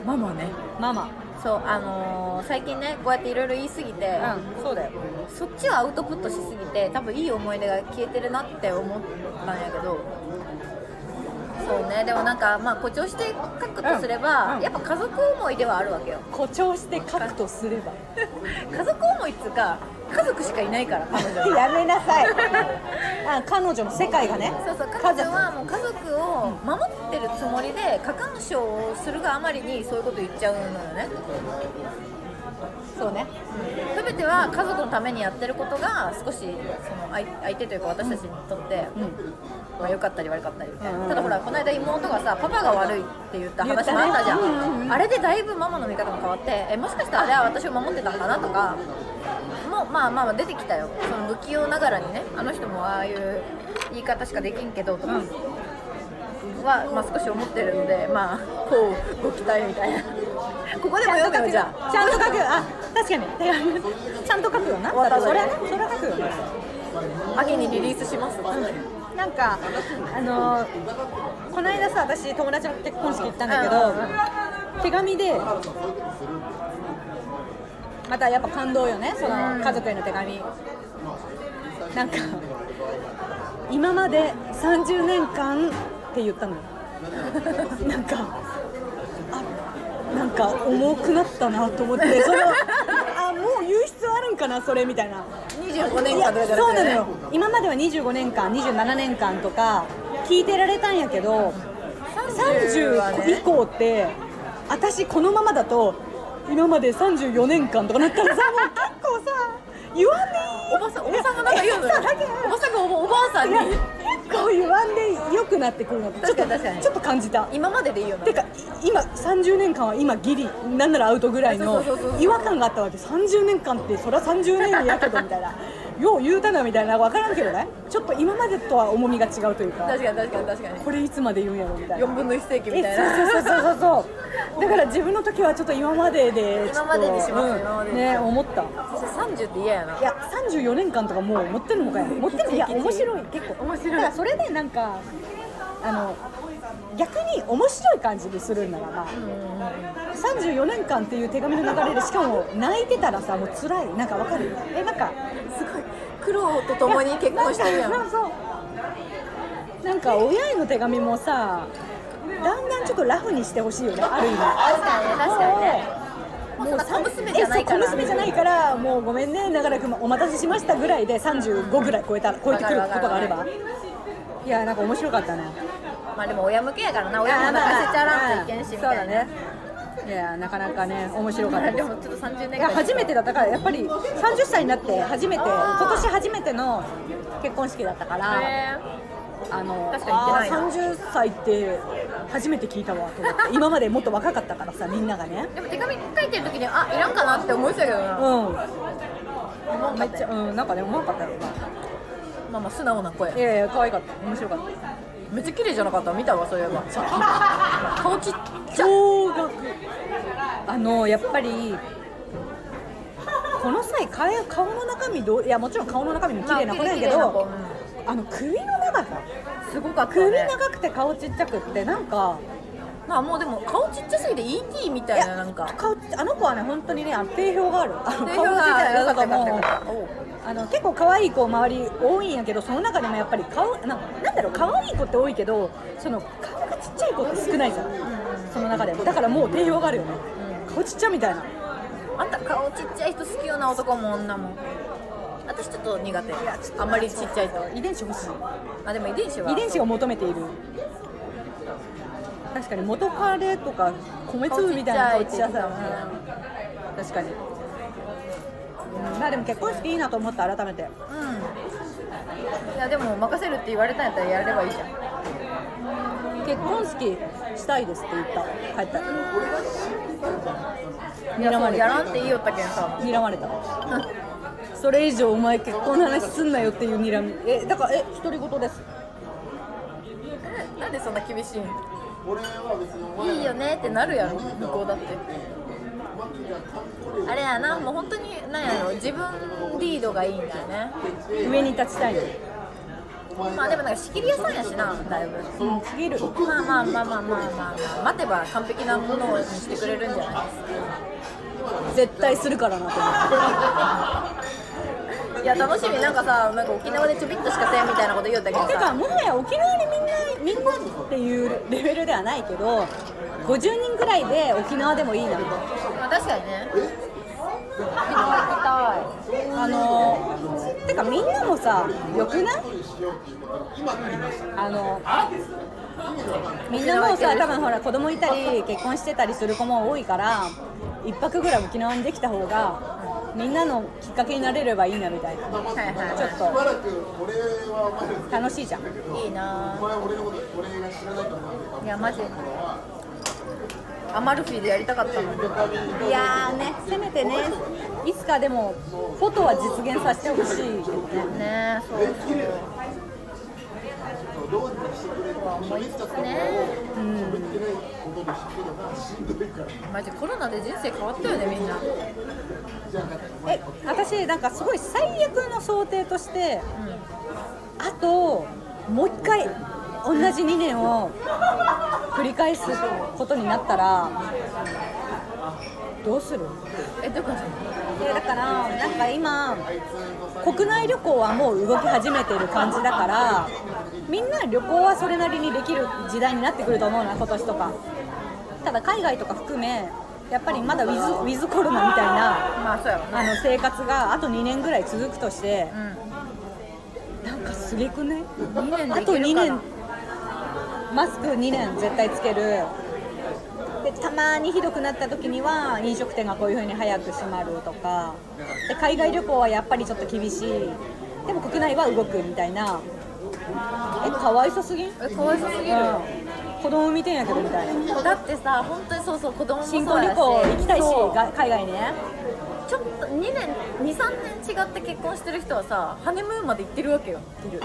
Speaker 2: ママね
Speaker 1: ママ
Speaker 2: そうあのー最近ねこうやっていろいろ言いすぎて、
Speaker 1: うんそうだよ
Speaker 2: そっちをアウトプットしすぎて多分いい思い出が消えてるなって思ったんやけどそうねでもなんかまあ誇張して書くとすれば、
Speaker 1: うんうん
Speaker 2: やっぱ家族思いではあるわけよ
Speaker 1: 誇張して書くとすれば
Speaker 2: 家族思いっつうか家族しかいないから彼女は
Speaker 1: やめなさいあ彼女の世界がね
Speaker 2: そうそう
Speaker 1: 家
Speaker 2: 彼
Speaker 1: 族
Speaker 2: 女はもう家族を守ってるつもりで過干渉をするがあまりにそういうこと言っちゃうのよね
Speaker 1: そうね
Speaker 2: 全ては家族のためにやってることが少しその相相手というか私たちにとって、
Speaker 1: うん
Speaker 2: まあ、良かったり悪かったりみたいな、
Speaker 1: うん
Speaker 2: ただほらこの間妹がさパパが悪いって言った話もあったじゃん、
Speaker 1: 言ったねうんうんうん
Speaker 2: あれでだいぶママの見方も変わってえもしかしたらあれは私を守ってたんだなとかもうまあまあまあ出てきたよその不器用ながらにねあの人もああいう言い方しかできんけどとか、は、まあ、少し思ってるので、まあ、こうご期待みたいなここでも読めよじゃあ
Speaker 1: ちゃんと書くよあ確かに手紙ちゃんと書くよな
Speaker 2: わ
Speaker 1: だ
Speaker 2: か
Speaker 1: って
Speaker 2: る
Speaker 1: それはねそれは書くよね
Speaker 2: 秋にリリースします
Speaker 1: なんかあのーこの間さ私友達の結婚式行ったんだけ
Speaker 2: うんうん
Speaker 1: ど手紙でまたやっぱ感動よねその
Speaker 2: うん
Speaker 1: 家族への手紙なんか今まで30年間って言ったのよ なんかあなんか重くなったなと思ってそのあもう言う必要あるんかなそれみたいな
Speaker 2: 25年
Speaker 1: いや
Speaker 2: 間とかじゃな
Speaker 1: そう
Speaker 2: く
Speaker 1: な
Speaker 2: て
Speaker 1: の
Speaker 2: ね
Speaker 1: よ今までは25年間27年間とか聞いてられたんやけど
Speaker 2: 30は
Speaker 1: 30
Speaker 2: ね
Speaker 1: 以降って私このままだと今まで34年間とかなった らさもう結構さ言わんでいい
Speaker 2: おばさんおばさんがなんか言うのよ
Speaker 1: そうだけ
Speaker 2: おばさんがおばあさん
Speaker 1: い
Speaker 2: に
Speaker 1: や結構言わんでよくなってくるのってちょっと
Speaker 2: 確かに確かに
Speaker 1: ちょっと感じた
Speaker 2: 今まででいいよな
Speaker 1: てかい今30年間は今ギリなんならアウトぐらいの
Speaker 2: そうそうそうそう
Speaker 1: 違和感があったわけ30年間ってそりゃ30年やけどみたいな よう言うたなみたいな分からんけどねちょっと今までとは重みが違うというか
Speaker 2: 確かに確かに確かに
Speaker 1: これいつまで言うんやろみたいな
Speaker 2: 4分の1世紀みたい
Speaker 1: え
Speaker 2: な
Speaker 1: そうそうそうそうそうだから自分の時はちょっと今まででちょっと
Speaker 2: 今までにします今まで
Speaker 1: うん
Speaker 2: に
Speaker 1: ね思った
Speaker 2: そして30って嫌やない
Speaker 1: や34年間とかもう持ってるのかや持ってるいや面白い結構
Speaker 2: 面白い
Speaker 1: だからそれでなんかあの逆に面白い感じにするんならば、34年間っていう手紙の流れでしかも泣いてたらさもう辛いなんかわかるえなんか
Speaker 2: すごい苦労と共に結婚してるやん
Speaker 1: なんかそうなんか親への手紙もさだんだんちょっとラフにしてほしいよねある意味
Speaker 2: 確かにね確かにねもう
Speaker 1: もう
Speaker 2: 小娘じゃないから
Speaker 1: えそう小娘じゃないからもうごめんね長らくお待たせしましたぐらいで35ぐらい超えた超えてくることがあればいやなんか面白かったね
Speaker 2: まあでも親向けやからな親も任せちゃらんといけんしみたいな
Speaker 1: そうだねいやなかなかね面白かった
Speaker 2: でもちょっと30
Speaker 1: い
Speaker 2: 年
Speaker 1: や
Speaker 2: 間
Speaker 1: 初めてだったからやっぱり30歳になって初めて
Speaker 2: あー
Speaker 1: 今年初めての結婚式だったから、
Speaker 2: へ
Speaker 1: あの
Speaker 2: 確かに行ってないな
Speaker 1: あー30歳って初めて聞いたわと思って今までもっと若かったからさみんながね
Speaker 2: ーでも手紙書いてる時にあいらんかなって思ってたけど
Speaker 1: う
Speaker 2: な、
Speaker 1: ん
Speaker 2: 思わ
Speaker 1: め
Speaker 2: んか
Speaker 1: っ
Speaker 2: った
Speaker 1: ちゃ
Speaker 2: よ
Speaker 1: うんなんかねうまかったよな
Speaker 2: まあまあ素直な声
Speaker 1: いやいや可愛かった面白かっ
Speaker 2: めっちゃ綺麗じゃなかった見たわそういえば顔ちっち
Speaker 1: た
Speaker 2: ゃ
Speaker 1: 驚愕あのやっぱりこの際顔顔の中身どういやもちろん顔の中身も綺麗な子なんやけど、
Speaker 2: まあ綺麗な
Speaker 1: あの首の長さ
Speaker 2: すごかった
Speaker 1: 首
Speaker 2: ね
Speaker 1: 長くて顔ちっちゃくってなんか
Speaker 2: まあもうでも顔ちっちゃすぎて ET みたいななんか
Speaker 1: 顔あの子はね本当にねあの定評があるあの顔
Speaker 2: 定評
Speaker 1: ちっちゃい
Speaker 2: が
Speaker 1: だ
Speaker 2: 良か
Speaker 1: か
Speaker 2: った
Speaker 1: ら
Speaker 2: よ
Speaker 1: もう
Speaker 2: かったよかっ
Speaker 1: あの結構可愛い子周り多いんやけどその中でもやっぱり顔なんなんだろう可愛い子って多いけどその顔がちっちゃい子って少ないじゃんその中でもだからもう定評があるよね顔ちっちゃみたいな
Speaker 2: たあんた顔ちっちゃい人好きよな男も女も私ちょっと苦手あんまりちっちゃい人
Speaker 1: 遺伝子欲しい
Speaker 2: あでも遺伝子は
Speaker 1: 遺伝子を求めている確かに元カレとか米粒みたいな顔ちっちゃさよね確かに、うんまあでも結婚式いいなと思った改めて
Speaker 2: うんいやでも任せるって言われたんやったらやればいいじゃん
Speaker 1: 結婚式したいですって言った帰った
Speaker 2: い
Speaker 1: 睨
Speaker 2: や
Speaker 1: ま
Speaker 2: そう
Speaker 1: れ
Speaker 2: や
Speaker 1: た
Speaker 2: らんって言いよったけんさ
Speaker 1: 睨まれたそれ以上お前結婚の話すんなよっていう睨みえだからえ独り言です
Speaker 2: なんでそんな厳しいんいいよねってなるやろ向こうだってあれやなもう本当になんやろ自分リードがいいんだよね
Speaker 1: 上に立ちたいの
Speaker 2: まあでもなんか仕切り屋さんやしなだいぶ
Speaker 1: うんちぎる
Speaker 2: まあまあまあまあまあまあ、まあ、待てば完璧なものにしてくれるんじゃないです
Speaker 1: 絶対するからなと思って
Speaker 2: かいや楽しみなんかさなんか沖縄でちょびっとしかせんみたいなこと言うたけど
Speaker 1: てか
Speaker 2: さ
Speaker 1: もはや沖縄にみんなみんなっていうレベルではないけど50人ぐらいで沖縄でもいいな
Speaker 2: まあ確かにね沖縄行き
Speaker 1: あのーてかみんなもさよくないあのみんなもうさ多分ほら子供いたり結婚してたりする子も多いから一泊ぐらい沖縄にできた方がみんなのきっかけになれればいいなみたいなち
Speaker 2: たいは
Speaker 1: ょっ
Speaker 2: いはいは
Speaker 1: と楽しいじゃん
Speaker 2: いいいなぁいやマジアマルフィでやりたかったの
Speaker 1: いやーねせめてねいつかでもフォトは実現させてほしいけどね
Speaker 2: ねえそうそうは思いつつねマジコロナで人生変わったよねみんな
Speaker 1: え私なんかすごい最悪の想定として、あともう一回同じ2年を繰り返すことになったらどうする
Speaker 2: えどういうこと
Speaker 1: えだからなんか今国内旅行はもう動き始めてる感じだからみんな旅行はそれなりにできる時代になってくると思うな今年とかただ海外とか含めやっぱりまだウィズウィズコロナみたいな
Speaker 2: まあそうやろ
Speaker 1: あの生活があと2年ぐらい続くとして
Speaker 2: うん
Speaker 1: なんかすげくない
Speaker 2: 2年で
Speaker 1: あ
Speaker 2: い
Speaker 1: と
Speaker 2: け
Speaker 1: 2
Speaker 2: るか
Speaker 1: 年
Speaker 2: な
Speaker 1: マスク2年絶対つけるでたまにひどくなった時には飲食店がこういう風に早く閉まるとかで海外旅行はやっぱりちょっと厳しいでも国内は動くみたいなえかわいそすぎん、うん、
Speaker 2: えかわいそうすぎるよ
Speaker 1: 子供見てんやけどみたいな
Speaker 2: だってさ本当にそうそう子供もそう
Speaker 1: 新
Speaker 2: やし
Speaker 1: 婚旅行行きたいし
Speaker 2: そう
Speaker 1: が海外ね
Speaker 2: ちょっと2年23年違って結婚してる人はさハネムーンまで行ってるわけよ
Speaker 1: いる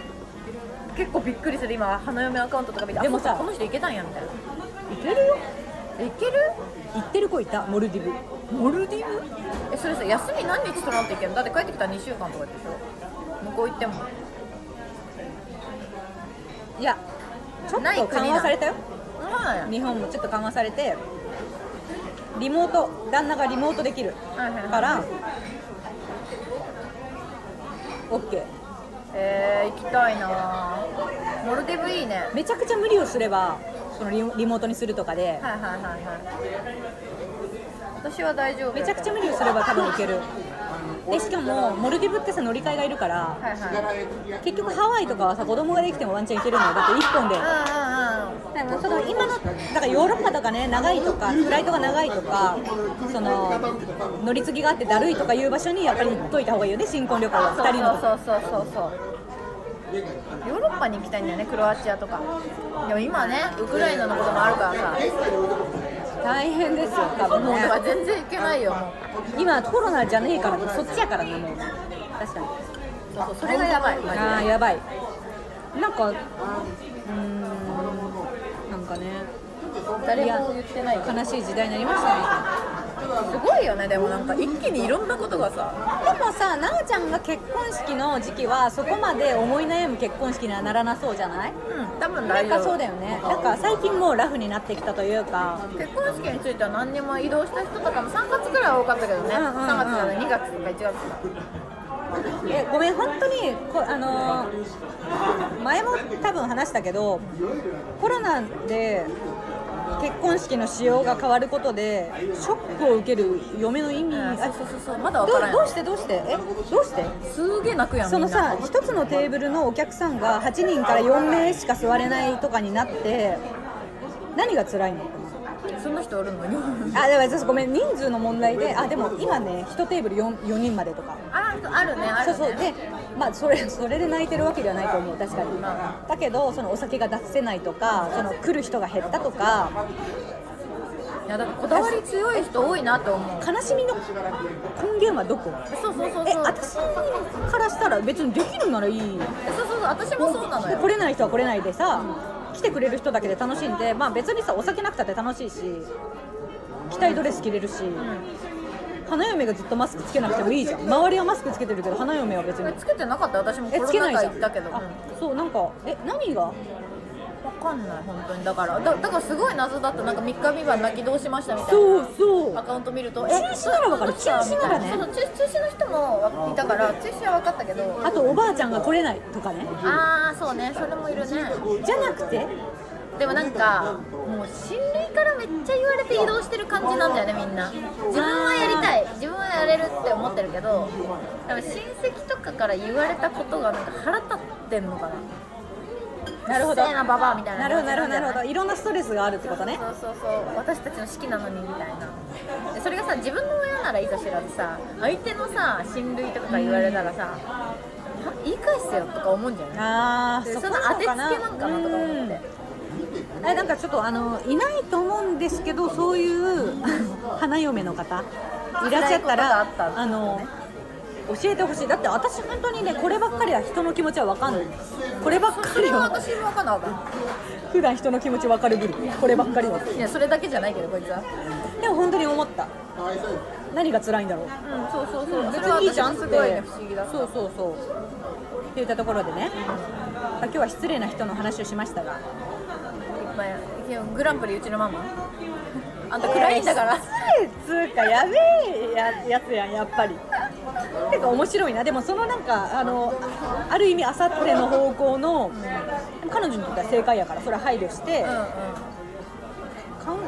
Speaker 2: 結構びっくりする今花嫁アカウントとか見て
Speaker 1: でもさ
Speaker 2: あそうかこの人行けたんやみたいな
Speaker 1: 行けるよ
Speaker 2: えいける
Speaker 1: 行ってる子いたモルディブ
Speaker 2: モルディブえそれさ休み何日取らんといけんのだって帰ってきたら2週間とかでしょ向こう行っても
Speaker 1: いやちょっ
Speaker 2: ない
Speaker 1: と
Speaker 2: 国な
Speaker 1: 緩和されたよ
Speaker 2: そうなんや
Speaker 1: 日本もちょっと緩和されてリモート旦那がリモートできる
Speaker 2: はいはいはい
Speaker 1: から OK
Speaker 2: えー、行きたいなぁモルディブいいね
Speaker 1: めちゃくちゃ無理をすればそのリリモートにするとかで
Speaker 2: はいはいはいはい私は大丈夫
Speaker 1: めちゃくちゃ無
Speaker 2: 理
Speaker 1: 理をすれば多分いけるでしかもモルディブってさ乗り換えがいるから
Speaker 2: はいはい
Speaker 1: 結局ハワイとかはさ子供ができてもワンチャンいけるのよだって1本で
Speaker 2: うんうんうん
Speaker 1: だからその今のだからヨーロッパとかね長いとかフライトが長いとかその乗り継ぎがあってだるいとかいう場所にやっぱり行っといた方がいいよね新婚旅行は2人の
Speaker 2: そうそうそうそうそうヨーロッパに行きたいんだよねクロアチアとかでも今ねウクライナのこともあるからさ
Speaker 1: 大変ですよ多分
Speaker 2: もう
Speaker 1: ね
Speaker 2: だから全然行けないよもう
Speaker 1: 今コロナじゃねえからねそっちやからねもう確かに
Speaker 2: そうそうそれがやばいマジで
Speaker 1: ああやばいなんかうーんなんかね
Speaker 2: 誰も言ってないけど
Speaker 1: 悲しい時代になりましたね
Speaker 2: すごいよねでもなんか一気にいろんなことがさ
Speaker 1: でもさなおちゃんが結婚式の時期はそこまで思い悩む結婚式にはならなそうじゃない
Speaker 2: うん多分
Speaker 1: な
Speaker 2: 大
Speaker 1: ん
Speaker 2: 丈
Speaker 1: か
Speaker 2: 夫
Speaker 1: そうだよねだから最近もうラフになってきたというか
Speaker 2: 結婚式については何年も移動した人とかも3月ぐらいは多かったけどね、
Speaker 1: うんうんうん
Speaker 2: 3月じゃない2月とか1月とか
Speaker 1: えごめん本当にこあのー前も多分話したけどコロナで結婚式の仕様が変わることでショックを受ける嫁の意味、
Speaker 2: うん
Speaker 1: あ
Speaker 2: そうそうそうまだ
Speaker 1: ど
Speaker 2: 分からん
Speaker 1: どうしてどうしてえどうして
Speaker 2: すげえ泣くやん
Speaker 1: そのさ
Speaker 2: みんな
Speaker 1: 一つのテーブルのお客さんが8人から4名しか座れないとかになって何が辛いの
Speaker 2: そんな人おるのに
Speaker 1: あでも私ごめん人数の問題であでも今ね1テーブル 4, 4人までとか
Speaker 2: ああるねある
Speaker 1: そ
Speaker 2: ね
Speaker 1: うそうでまあそれそれで泣いてるわけではないと思う確かにだけどそのお酒が出せないとかその来る人が減ったとか
Speaker 2: いやだからこだわり強い人多いなと思う
Speaker 1: 悲しみの根源はどこ
Speaker 2: そうそうそうそう
Speaker 1: え私からしたら別にできるならいい
Speaker 2: そうそうそう私もそうなの
Speaker 1: で
Speaker 2: よ
Speaker 1: 来れない人は来れないでさ、来てくれる人だけで楽しんで、まあ、別にさお酒なくたって楽しいし着たいドレス着れるし、花嫁がずっとマスクつけなくてもいいじゃん周りはマスクつけてるけど花嫁は別に
Speaker 2: つけてなかった私もコ
Speaker 1: え
Speaker 2: ロ
Speaker 1: つけな
Speaker 2: ナ
Speaker 1: いじ
Speaker 2: 禍
Speaker 1: ゃん
Speaker 2: 行ったけど
Speaker 1: あそうなんかえ何が
Speaker 2: 分かんない本当にだからだだからすごい謎だったなんか3日3晩泣き通しましたみたいな
Speaker 1: そうそう
Speaker 2: アカウント見ると
Speaker 1: 中止ならわかる
Speaker 2: どうした
Speaker 1: 中止ならね
Speaker 2: みたいそうそう中中止の人もいたから中止は分かったけど
Speaker 1: あとおばあちゃんが来れないとかね
Speaker 2: ああそうねそれもいるね
Speaker 1: じゃなくて
Speaker 2: でもなんかもう親類からめっちゃ言われて移動してる感じなんだよねみんな自分はやりたい自分はやれるって思ってるけど多分親戚とかから言われたことがなんか腹立ってんのかな
Speaker 1: なるほど
Speaker 2: うっせえなババアみたい
Speaker 1: な
Speaker 2: な
Speaker 1: るほどなるほどなるほど
Speaker 2: ど
Speaker 1: いろんなストレスがあるってことね
Speaker 2: そうそうそう私たちの式なのにみたいなでそれがさ自分の親ならいいと知らずさ相手のさ親類とかから言われたらさ、言い返せよとか思うんじゃない
Speaker 1: ああ
Speaker 2: でその当てつけなんかなとか思って
Speaker 1: えなんかちょっとあのいないと思うんですけどそういう 花嫁の方いらっしゃったら
Speaker 2: 辛いことがあったんですよね
Speaker 1: あの教えてほしいだって私本当にねこればっかりは人の気持ちは分かんないこればっか
Speaker 2: そ
Speaker 1: り
Speaker 2: れは
Speaker 1: は
Speaker 2: 私も分かんなかっ
Speaker 1: 普段人の気持ち分かるグループこればっかりは
Speaker 2: たいやそれだけじゃないけどこいつはう
Speaker 1: でも本当に思った何が辛いんだろうん
Speaker 2: そうそうそう、
Speaker 1: 別にいいじゃんって
Speaker 2: それは私もすごいね不思議だ
Speaker 1: そうそうそうって言ったところでねまあ今日は失礼な人の話をしましたが
Speaker 2: まあいやグランプリうちのマ マあんた暗いんだから、
Speaker 1: えー失礼っつうかやべえややつやんやっぱりてか面白いなでもそのなんかあのあある意味あさっての方向のでも彼女にとっては正解やからそれは配慮して、
Speaker 2: うんうん
Speaker 1: カウン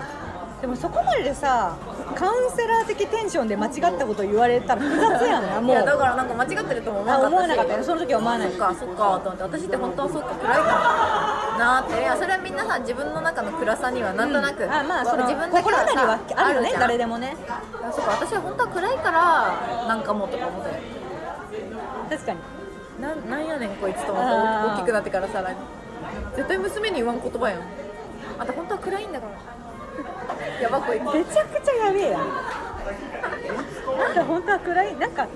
Speaker 1: でもそこまででさカウンセラー的テンションで間違ったこと言われたら複雑やんなも
Speaker 2: いやだ
Speaker 1: う
Speaker 2: からなんか間違ってるとも思わ
Speaker 1: あ
Speaker 2: なか
Speaker 1: 思わなかっ
Speaker 2: ったし
Speaker 1: たよその時は思わない
Speaker 2: そっかそっかと思って私って本当はそっか暗いかなっていやそれはみんなさ自分の中の暗さにはなんとなく、
Speaker 1: あまあその
Speaker 2: 自分だけ
Speaker 1: 心当たりは
Speaker 2: さ
Speaker 1: あるよね
Speaker 2: じゃん
Speaker 1: 誰でもね
Speaker 2: あそっか私は本当は暗いからなんかもうとか思ったよ
Speaker 1: 確かに
Speaker 2: なんなんやねんこいつと思
Speaker 1: あー
Speaker 2: って大きくなってからさらに絶対娘に言わん言葉やんあんた本当は暗いんだから やばこいつ
Speaker 1: めちゃくちゃやべえやん。なんか本当は暗い、なんかね、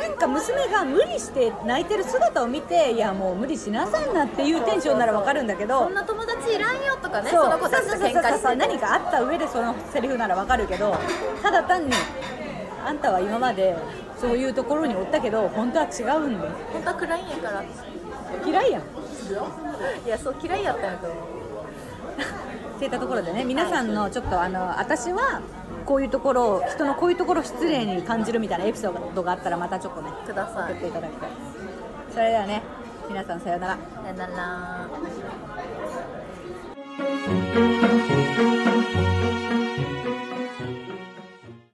Speaker 1: なんか娘が無理して泣いてる姿を見て、いやもう無理しなさいなっていうテンションならわかるんだけ
Speaker 2: そ
Speaker 1: ど
Speaker 2: ん。な友達いらんよとかね
Speaker 1: そ
Speaker 2: そうの子たちと
Speaker 1: そう
Speaker 2: 喧嘩
Speaker 1: そう
Speaker 2: し
Speaker 1: そう
Speaker 2: て
Speaker 1: 何かあった上でそのセリフならわかるけどただ単にあんたは今までそういうところにおったけど本当は違うんだよ
Speaker 2: 本当は暗いんやから
Speaker 1: 嫌いやんっ
Speaker 2: いやそう嫌いやったんやと思う
Speaker 1: ていったところでね皆さんのちょっとあの私はこういうところを人のこういうところを失礼に感じるみたいなエピソードがあったらまたちょっとね
Speaker 2: くださ
Speaker 1: 送っ
Speaker 2: い
Speaker 1: ていただきたいそれではね皆さんさようなら
Speaker 2: さよなら